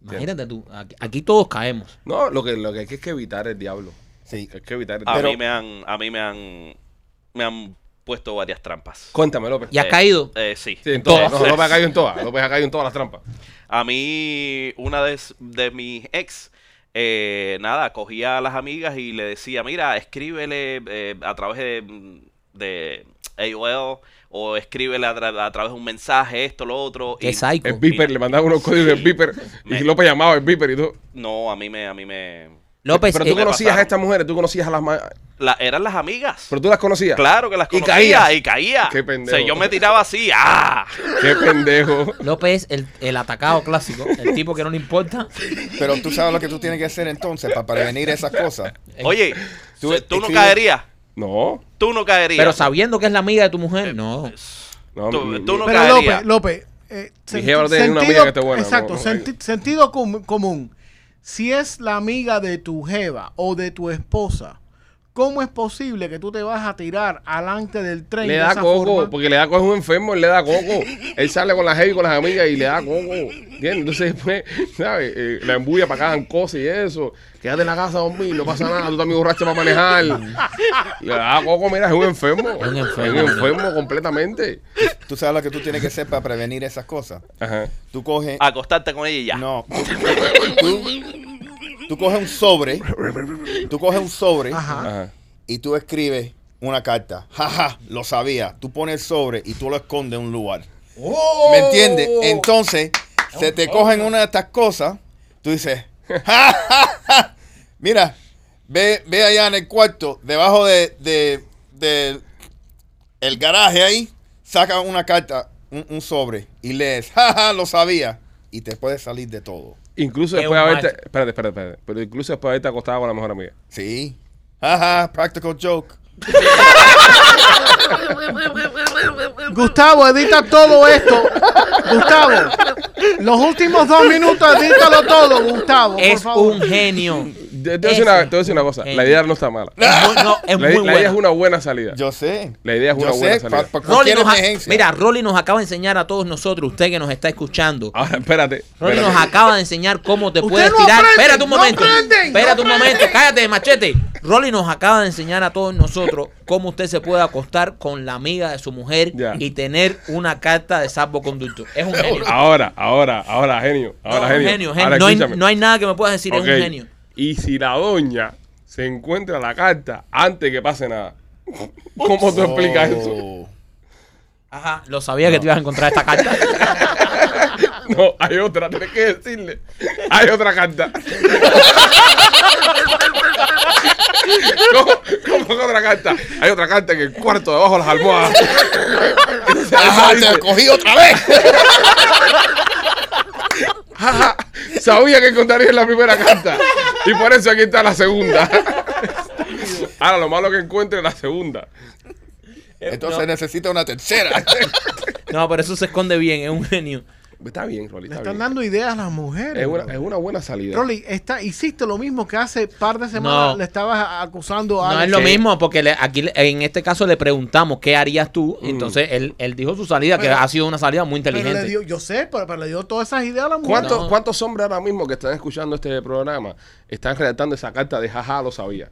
S2: Imagínate tú, aquí, aquí todos caemos.
S1: No, lo que, lo que hay que es que evitar el diablo.
S4: Sí.
S1: Hay que evitar el
S5: A
S1: diablo.
S5: mí me han, a mí me han, me han puesto varias trampas.
S1: Cuéntame, López.
S2: ¿Y has
S5: Eh,
S2: caído?
S5: Eh, sí.
S1: Sí, en todas. No,
S5: Entonces,
S1: López ha caído en todas. López ha caído en todas las trampas.
S5: A mí, una de, s- de mis ex, eh, nada, cogía a las amigas y le decía, mira, escríbele eh, a través de, de AOL o escríbele a, tra- a través de un mensaje, esto, lo otro.
S2: Qué
S5: y
S2: psycho.
S1: El Viper, le mandaba unos códigos del Viper y
S5: Me-
S1: López llamaba el Viper y todo.
S5: No, a mí me, a mí me...
S2: López,
S1: Pero
S2: eh,
S1: tú
S5: me
S1: conocías a
S5: pasaron.
S1: estas mujeres, tú conocías a las... ma-
S5: la- eran las amigas.
S1: Pero tú las conocías.
S5: Claro que las
S1: Y
S5: conocía.
S1: caías.
S5: Y caía.
S1: Qué pendejo.
S5: O sea, yo me tiraba así. ¡Ah!
S1: Qué pendejo.
S2: López, el, el atacado clásico, el tipo que no le importa.
S4: Pero tú sabes lo que tú tienes que hacer entonces para prevenir esas cosas.
S5: Oye,
S4: Tú-
S5: tú, tú no
S4: escribe-
S5: caerías.
S1: No.
S5: Tú no caerías.
S2: Pero sabiendo que es la amiga de tu
S1: Eh,
S2: mujer, no.
S1: No,
S5: Tú-
S1: mi-
S5: tú no
S3: Pero
S5: caería.
S3: López, López. eh,
S1: Mi
S3: senti-
S1: jeva no tiene ni una amiga que esté buena,
S3: Exacto,
S1: no, no,
S3: senti- sentido com- común. Si es la amiga de tu jeva o de tu esposa, ¿Cómo es posible que tú te vas a tirar alante del tren
S1: Le
S3: de
S1: da pues.
S3: esa
S1: coco,
S3: forma?
S1: porque le da coco es un enfermo, él le da coco. él sale con la heavy, con las amigas y le da coco. ¿Entiendes? Entonces después, ¿sabes? Eh, la embulla para acá, dan cosas y eso. Quédate en la casa, hombre, no pasa nada, tú también borracho para manejar. le da coco, mira, es un enfermo. Es un enfermo, completamente.
S4: Tú sabes lo que tú tienes que hacer para prevenir esas cosas.
S1: Ajá.
S4: Tú coges.
S1: Ah,
S5: Acostarte con ella y ya.
S4: No. Tú, tú coges un sobre. Tú coges un sobre
S3: Ajá.
S1: Ajá.
S4: y tú escribes una carta. Jaja, lo sabía. Tú pones el sobre y tú lo escondes en un lugar. ¿Me entiendes? Entonces, se te cogen una de estas cosas, tú dices, "Ja, ja, ja". mira, ve, ve allá en el cuarto, debajo de, de- de el garaje ahí, saca una carta, un, un sobre, y lees, jaja, lo sabía, y te puedes salir de todo.
S1: Incluso
S2: Es
S1: después de
S2: un
S1: haberte.
S2: macho.
S1: Espérate, espérate, espérate. Pero incluso después de haberte acostado con la mejor amiga.
S4: Sí. Jaja, practical joke.
S3: Gustavo, edita todo esto. Gustavo, los últimos dos minutos edítalo todo, Gustavo. por
S2: Es
S3: favor.
S2: un genio.
S1: Te, te voy a decir una, te voy a decir una cosa. La
S2: Genio.
S1: idea no está mala.
S2: Es muy- no, es
S1: la, la
S2: muy
S1: idea
S2: buena.
S1: es una buena salida.
S4: Yo sé.
S1: La idea es una
S4: Yo
S1: buena
S4: sé,
S1: salida.
S4: pa- pa'
S2: Rolly
S4: cualquier
S2: nos ha-
S4: emergencia.
S2: mira, Rolly nos acaba de enseñar a todos nosotros, usted que nos está escuchando.
S1: Ahora, espérate.
S2: Rolly
S1: espérate.
S2: nos acaba de enseñar cómo te
S3: Usted
S2: puedes
S3: no
S2: tirar.
S3: aprende,
S2: espérate un
S3: no
S2: momento.
S3: aprende, no
S2: espérate un
S3: aprende.
S2: momento. Cállate, machete. Rolly nos acaba de enseñar a todos nosotros cómo usted se puede acostar con la amiga de su mujer
S1: Ya.
S2: y tener una carta de salvoconducto. Es un genio.
S1: Ahora, ahora, ahora, genio.
S2: No,
S1: Ahora,
S2: es un
S1: genio. Ahora,
S2: genio, genio. No, hay,
S1: escúchame.
S2: no hay nada que me puedas decir,
S1: Ok.
S2: es un genio.
S1: Y si la doña se encuentra la carta antes que pase nada, ¿cómo tú explicas eso?
S4: Oh.
S2: Ajá, lo sabía que te ibas a encontrar esta carta.
S1: No, hay otra, tienes que decirle. Hay otra carta. ¿Cómo, cómo que otra carta? Hay otra carta en el cuarto debajo de las almohadas. Entonces,
S4: Ajá,
S1: dice,
S4: te cogí otra vez.
S1: "Jaja, sabía que encontraría la primera carta. Y por eso aquí está la segunda. Ahora, lo malo que encuentre es la segunda.
S4: Entonces necesita una tercera.
S2: No, pero eso se esconde bien, es un genio.
S1: Está bien, Rolly.
S3: Le
S1: Está bien.
S3: están dando ideas a las mujeres.
S1: Es una,
S3: bro.
S1: es una buena salida.
S3: Rolly, está, hiciste lo mismo que hace par de semanas
S2: No.
S3: le estabas acusando a
S2: No es
S3: Alex.
S2: lo
S1: Sí.
S2: mismo, porque le- aquí le- en este caso le preguntamos qué harías tú.
S1: Mm.
S2: y Entonces él, él dijo su salida, que
S3: Pero-
S2: ha sido una salida muy
S3: Pero le
S2: inteligente.
S3: dio- yo sé, pero, pero le dio todas esas ideas a las mujeres.
S1: ¿Cuántos,
S2: No.
S1: ¿Cuántos hombres ahora mismo que están escuchando este programa están redactando esa carta de jaja, lo sabía?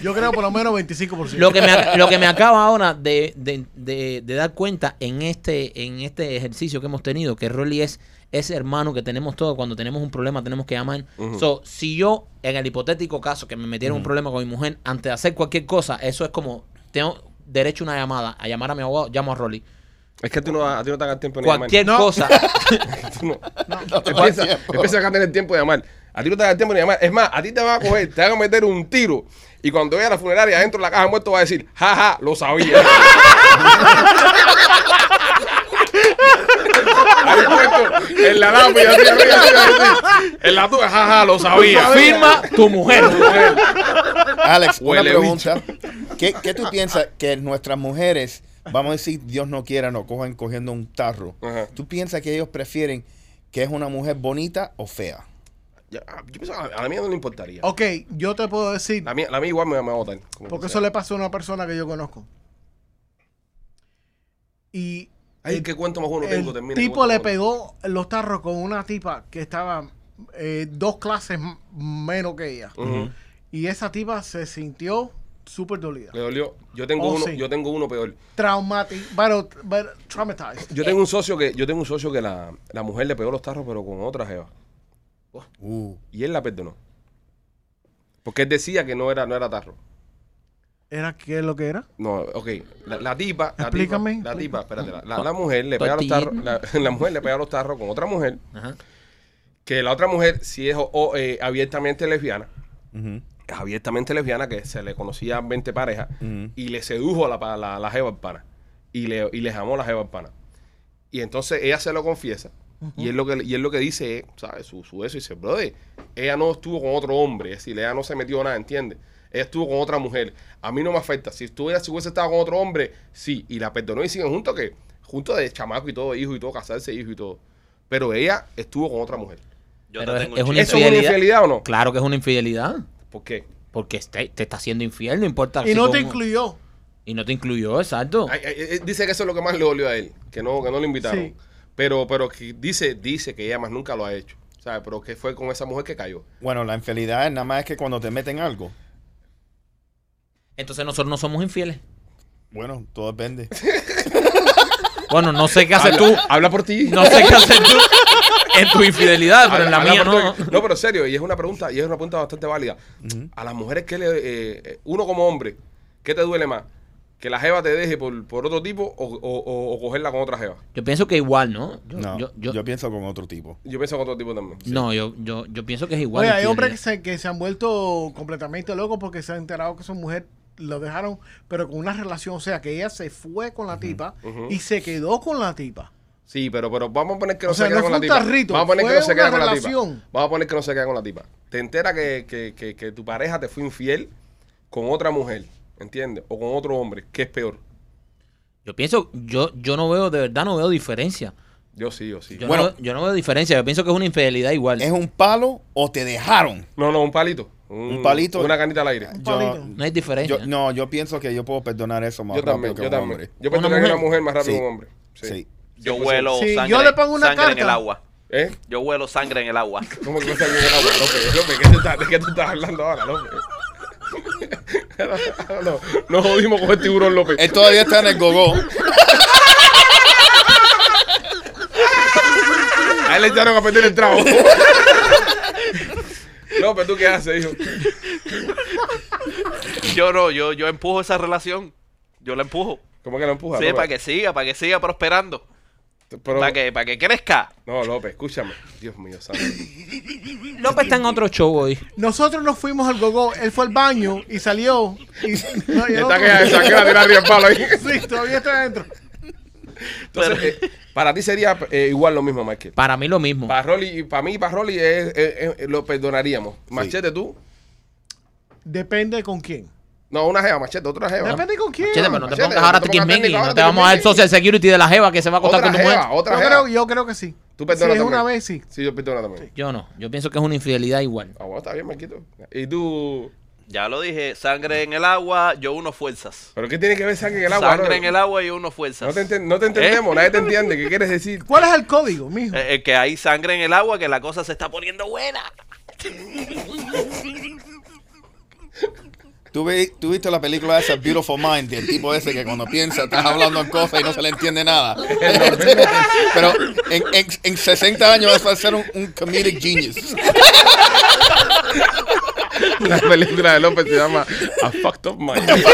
S3: Yo creo por lo menos 25%.
S2: Lo que me, ac- lo que me acaba ahora de, de- de- de dar cuenta en este, en este ejercicio que hemos tenido, que Rolly es ese hermano que tenemos todos, cuando tenemos un problema tenemos que llamar.
S1: Ujú.
S2: So, si yo, en el hipotético caso que me metiera un problema con mi mujer, antes de hacer cualquier cosa, eso es como, tengo derecho a una llamada, a llamar a mi abogado, llamo a Rolly.
S1: Es que a ti no, a ti no te hagan tiempo ni llamar.
S2: Cualquier
S3: No.
S2: cosa.
S1: Tú no. empieza, empieza acá a tener tiempo de llamar. A ti no te hagan tiempo ni llamar. Es más, a ti te van a coger, te van a meter un tiro. Y cuando vaya a la funeraria adentro de la caja de muertos va a decir, jaja, lo sabía. Ahí puesto en la lápida, así, así, así, así. en la tuya, jaja, lo sabía.
S2: Firma tu mujer.
S4: Alex, una
S1: Huele
S4: pregunta. ¿Qué, qué tú piensas que nuestras mujeres, vamos a decir, Dios no quiera, nos cojan cogiendo un tarro?
S1: Ajá.
S4: ¿Tú piensas que ellos prefieren que es una mujer bonita o fea?
S1: Ya, ah, Yo pienso, a a la mía no le importaría.
S3: Ok, yo te puedo decir,
S1: La mía, la mía igual me, me va a votar. Ah, como
S3: porque
S1: que
S3: eso
S1: sea.
S3: le pasó a una persona que yo conozco. Y
S1: Ay,
S3: el-
S1: qué cuento más uno tengo,
S3: el
S1: termina. qué
S3: tipo
S1: cuento
S3: le
S1: más uno.
S3: pegó los tarros con una tipa que estaba eh, dos clases m- menos que ella.
S1: Ujú.
S3: Y esa tipa se sintió súper dolida.
S1: Le dolió. Yo tengo
S3: Oh,
S1: uno,
S3: sí.
S1: yo tengo uno peor.
S3: Traumatic, pero, pero traumatized.
S1: Yo tengo un socio que, yo tengo un socio que la, la mujer le pegó los tarros, pero con otra jeva.
S4: Uh,
S1: Y él la perdonó. Porque él decía que no era, no era tarro.
S3: ¿Era qué es lo que era?
S1: No, ok. La, la tipa, la
S3: Explícame,
S1: tipa, la
S3: explícame.
S1: tipa, espérate, la, la- la mujer le pega los tarros,
S2: Tortillita.
S1: la, la mujer le pega los tarros con otra mujer,
S2: Ajá.
S1: que la otra mujer sí es o- o, eh, abiertamente lesbiana,
S4: ujú,
S1: es abiertamente lesbiana, que se le conocían 20 parejas,
S4: ujú.
S1: y le sedujo a la, pa- la, la jeva hispana. Y le, y le jamó la jeva hispana. Y entonces ella se lo confiesa. y, él lo que, y él lo que dice es, ¿sabes? Su, su eso. Y dice, brother, ella no estuvo con otro hombre. Es decir, ella no se metió nada, ¿entiendes? Ella estuvo con otra mujer. A mí no me afecta. Si estuviera, si hubiese estado con otro hombre, sí. Y la perdonó y siguen juntos, que juntos de chamaco y todo, hijo y todo, casarse, hijo y todo. Pero ella estuvo con otra mujer.
S5: Yo
S2: Pero
S5: te
S2: es-
S5: tengo
S2: es
S5: un
S2: una
S1: ¿Eso
S5: chiste.
S1: es una
S2: Infidelidad.
S1: infidelidad o no?
S2: Claro que es una infidelidad.
S1: ¿Por qué?
S2: Porque este- te está haciendo infiel, no importa.
S3: Y
S2: si
S3: no te
S2: como-
S3: incluyó.
S2: Y no te incluyó, exacto.
S1: Ay, ay, eh, dice que eso es lo que más le dolió a él, que no, que no lo invitaron.
S3: Sí.
S1: Pero, pero que dice, dice que ella más nunca lo ha hecho. ¿Sabes? Pero que fue con esa mujer que cayó.
S4: Bueno, la infidelidad nada más es que cuando te meten algo.
S2: Entonces nosotros no somos infieles.
S4: Bueno, todo depende.
S2: Bueno, no sé qué haces
S1: Habla-
S2: tú.
S1: Habla por ti.
S2: Ah, No sé qué haces tú en tu infidelidad, pero en la
S1: Habla-
S2: mía
S1: habla
S2: no.
S1: por tu- No, pero en serio, y es una pregunta, y es una pregunta bastante válida. A las mujeres que le, eh, eh, uno como hombre, ¿qué te duele más? ¿Que la jeva te deje por, por otro tipo o, o- o- o cogerla con otra jeva?
S2: Yo pienso que igual, ¿no? Yo,
S4: No,
S2: yo,
S4: yo,
S2: yo-
S4: pienso con otro tipo.
S1: Yo pienso con otro tipo también.
S2: No, yo, yo, yo pienso que es igual.
S3: Oye, hay
S2: infidelidad.
S3: hombres que se, que se han vuelto completamente locos porque se han enterado que su mujer lo dejaron, pero con una relación. O sea, que ella se fue con la tipa
S1: ujú.
S3: y se quedó con la tipa.
S1: Sí, pero, pero vamos a poner que no
S3: O sea,
S1: se queda
S3: no
S1: con
S3: fue
S1: la
S3: un
S1: tipa.
S3: tarrito,
S1: vamos a poner que
S3: fue
S1: no se
S3: una
S1: queda con la
S3: relación.
S1: tipa. Vamos a poner que no se queda con la tipa. Te entera que, que, que, que tu pareja te fue infiel con otra mujer, ¿entiendes? O con otro hombre, que es peor.
S2: Yo pienso, yo, yo no veo, de verdad no veo diferencia.
S1: Yo sí, yo sí.
S2: Yo,
S4: Bueno.
S2: no, veo- yo no veo diferencia. Yo pienso que es una infidelidad igual.
S4: ¿Es un palo o te dejaron?
S1: No, no, un palito. Un,
S4: palito.
S1: Una canita al aire.
S3: Un
S4: Yo,
S3: palito.
S2: No hay diferencia.
S4: yo- no, yo pienso que yo puedo perdonar eso más
S1: Yo
S4: rápido
S1: también,
S4: que
S1: yo
S4: un
S1: también.
S4: hombre.
S1: Yo
S2: Una
S1: puedo tener una
S2: mujer.
S1: mujer más rápido
S4: Sí.
S1: que un hombre. Sí.
S4: Sí.
S5: Yo
S1: 100%.
S5: huelo
S3: Sí, yo
S5: sangre,
S3: le pongo una
S5: sangre en
S3: carta.
S5: el agua.
S1: ¿Eh?
S5: Yo huelo sangre en el agua.
S1: ¿Cómo que no salió el agua? López, López, ¿qué tú estás- ¿de qué tú estás hablando ahora, López? no, no jodimos con el tiburón, López.
S4: Él todavía está en el gogó.
S1: A él le echaron a perder el trago. López, ¿tú qué haces, hijo?
S5: Yo no, yo, yo empujo esa relación. Yo la empujo.
S1: ¿Cómo que lo empujas?
S5: Sí,
S1: López?
S5: para que siga, para que siga prosperando.
S1: Pero-
S5: Para que, para que crezca.
S1: No, López, escúchame. Dios mío, santo.
S2: López está en otro show hoy.
S3: Nosotros nos fuimos al gogó, él fue al baño y salió. Y, no, y el
S1: Está
S3: otro-
S1: que está que la tirar arriba el palo ahí.
S3: Sí, todavía está adentro.
S1: Entonces, eh, para ti sería eh, igual lo mismo, Michael.
S2: Para mí lo mismo.
S1: Para Rolly, para mí, para Rolly, es- es- es- lo perdonaríamos. Machete, tú.
S3: Depende con quién.
S1: No, una jeva, machete, otra jeva.
S3: Depende con quién.
S2: Chete, pero no te
S1: Machete,
S2: pongas
S1: no
S2: ahora
S1: te pongas
S2: triquismengui.
S1: técnico,
S2: No
S1: ahora
S2: te vamos a dar
S1: triquismengui.
S2: social security de la jeva que se va a contar
S1: Otra
S2: con tu mujer.
S1: jeva, otra
S3: yo,
S1: jeva.
S3: creo, yo creo que sí.
S1: Tú
S3: si
S1: perdonas
S3: es
S1: también.
S3: una vez, sí.
S1: Sí, yo perdono también.
S2: Yo no. Yo pienso que es una infidelidad igual.
S1: Ah, bueno, está bien, Marquito. ¿Y tú?
S5: Ya lo dije, sangre en el agua, yo uno fuerzas.
S1: ¿Pero qué tiene que ver sangre en el agua?
S5: sangre
S1: bro?
S5: en el agua, ¿Eh? yo uno fuerzas.
S1: No te, enten- no te entendemos, nadie te entiende. ¿Qué quieres decir?
S3: ¿Cuál es el código, mijo?
S5: Eh, eh, que hay sangre en el agua, que la cosa se está poniendo buena.
S4: ¿Tú, vi- tú viste la película esa, Beautiful Mind, del tipo ese que cuando piensa, estás hablando en cosas y no se le entiende nada. Pero en, en, en 60 años vas a ser un, un comedic genius.
S1: La película de López se llama A Fucked Up Mind.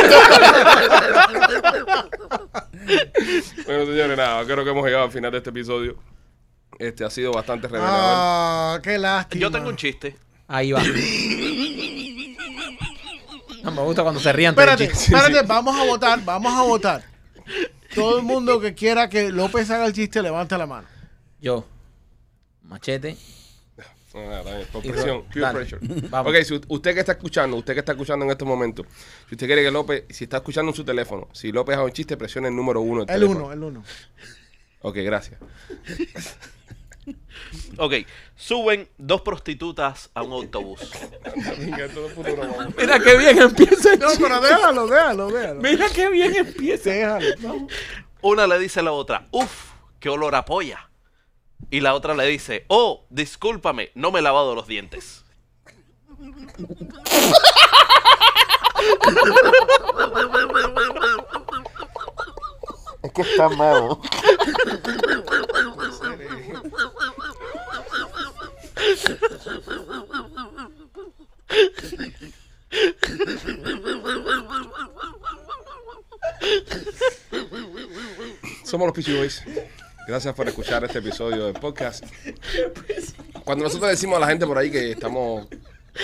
S1: bueno, señores, nada, creo que hemos llegado al final de este episodio. Este ha sido bastante revelador.
S3: Ah, qué lástima.
S5: Yo tengo un chiste.
S2: Ahí va. No, me gusta cuando se rían.
S3: Espérate,
S2: todos los
S3: espérate, vamos a votar, vamos a votar. Todo el mundo que quiera que López haga el chiste, levanta la mano.
S2: chistes. Yo. Machete.
S1: Ah, está bien, por
S2: Y
S1: presión,
S2: Ro-
S1: peer
S2: dale,
S1: pressure.
S2: vamos.
S1: Ok, si u- usted que está escuchando, usted que está escuchando en este momento, si usted quiere que López, si está escuchando en su teléfono, si López haga un chiste, presione el número uno. del
S3: El
S1: teléfono.
S3: uno, el uno.
S1: Ok, gracias.
S5: Ok, suben dos prostitutas a un autobús.
S2: Mira qué bien empieza.
S3: No, pero déjalo, déjalo, déjalo.
S2: Mira qué bien empieza.
S3: Déjalo. vamos.
S5: Una le dice a la otra, uff, qué olor a polla. Y la otra le dice, oh, discúlpame, no me he lavado los dientes.
S4: Es que está malo.
S1: Somos los Peachy Boys. Gracias por escuchar este episodio del podcast. Cuando nosotros decimos a la gente por ahí que estamos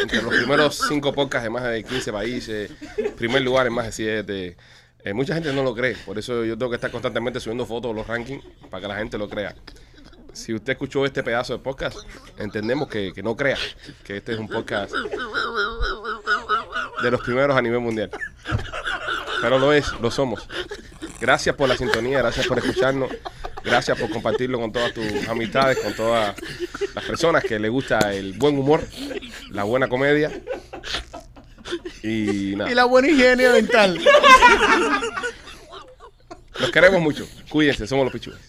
S1: entre los primeros cinco podcasts de más de 15 países, primer lugar en más de 7, mucha gente no lo cree. Por eso yo tengo que estar constantemente subiendo fotos de los rankings para que la gente lo crea. Si usted escuchó este pedazo de podcast, entendemos que, que no crea que este es un podcast de los primeros a nivel mundial. Pero lo es, lo somos. Gracias por la sintonía, gracias por escucharnos, gracias por compartirlo con todas tus amistades, con todas las personas que les gusta el buen humor, la buena comedia Y nada.
S3: Y la buena higiene dental.
S1: Los queremos mucho. Cuídense, somos los pichugas.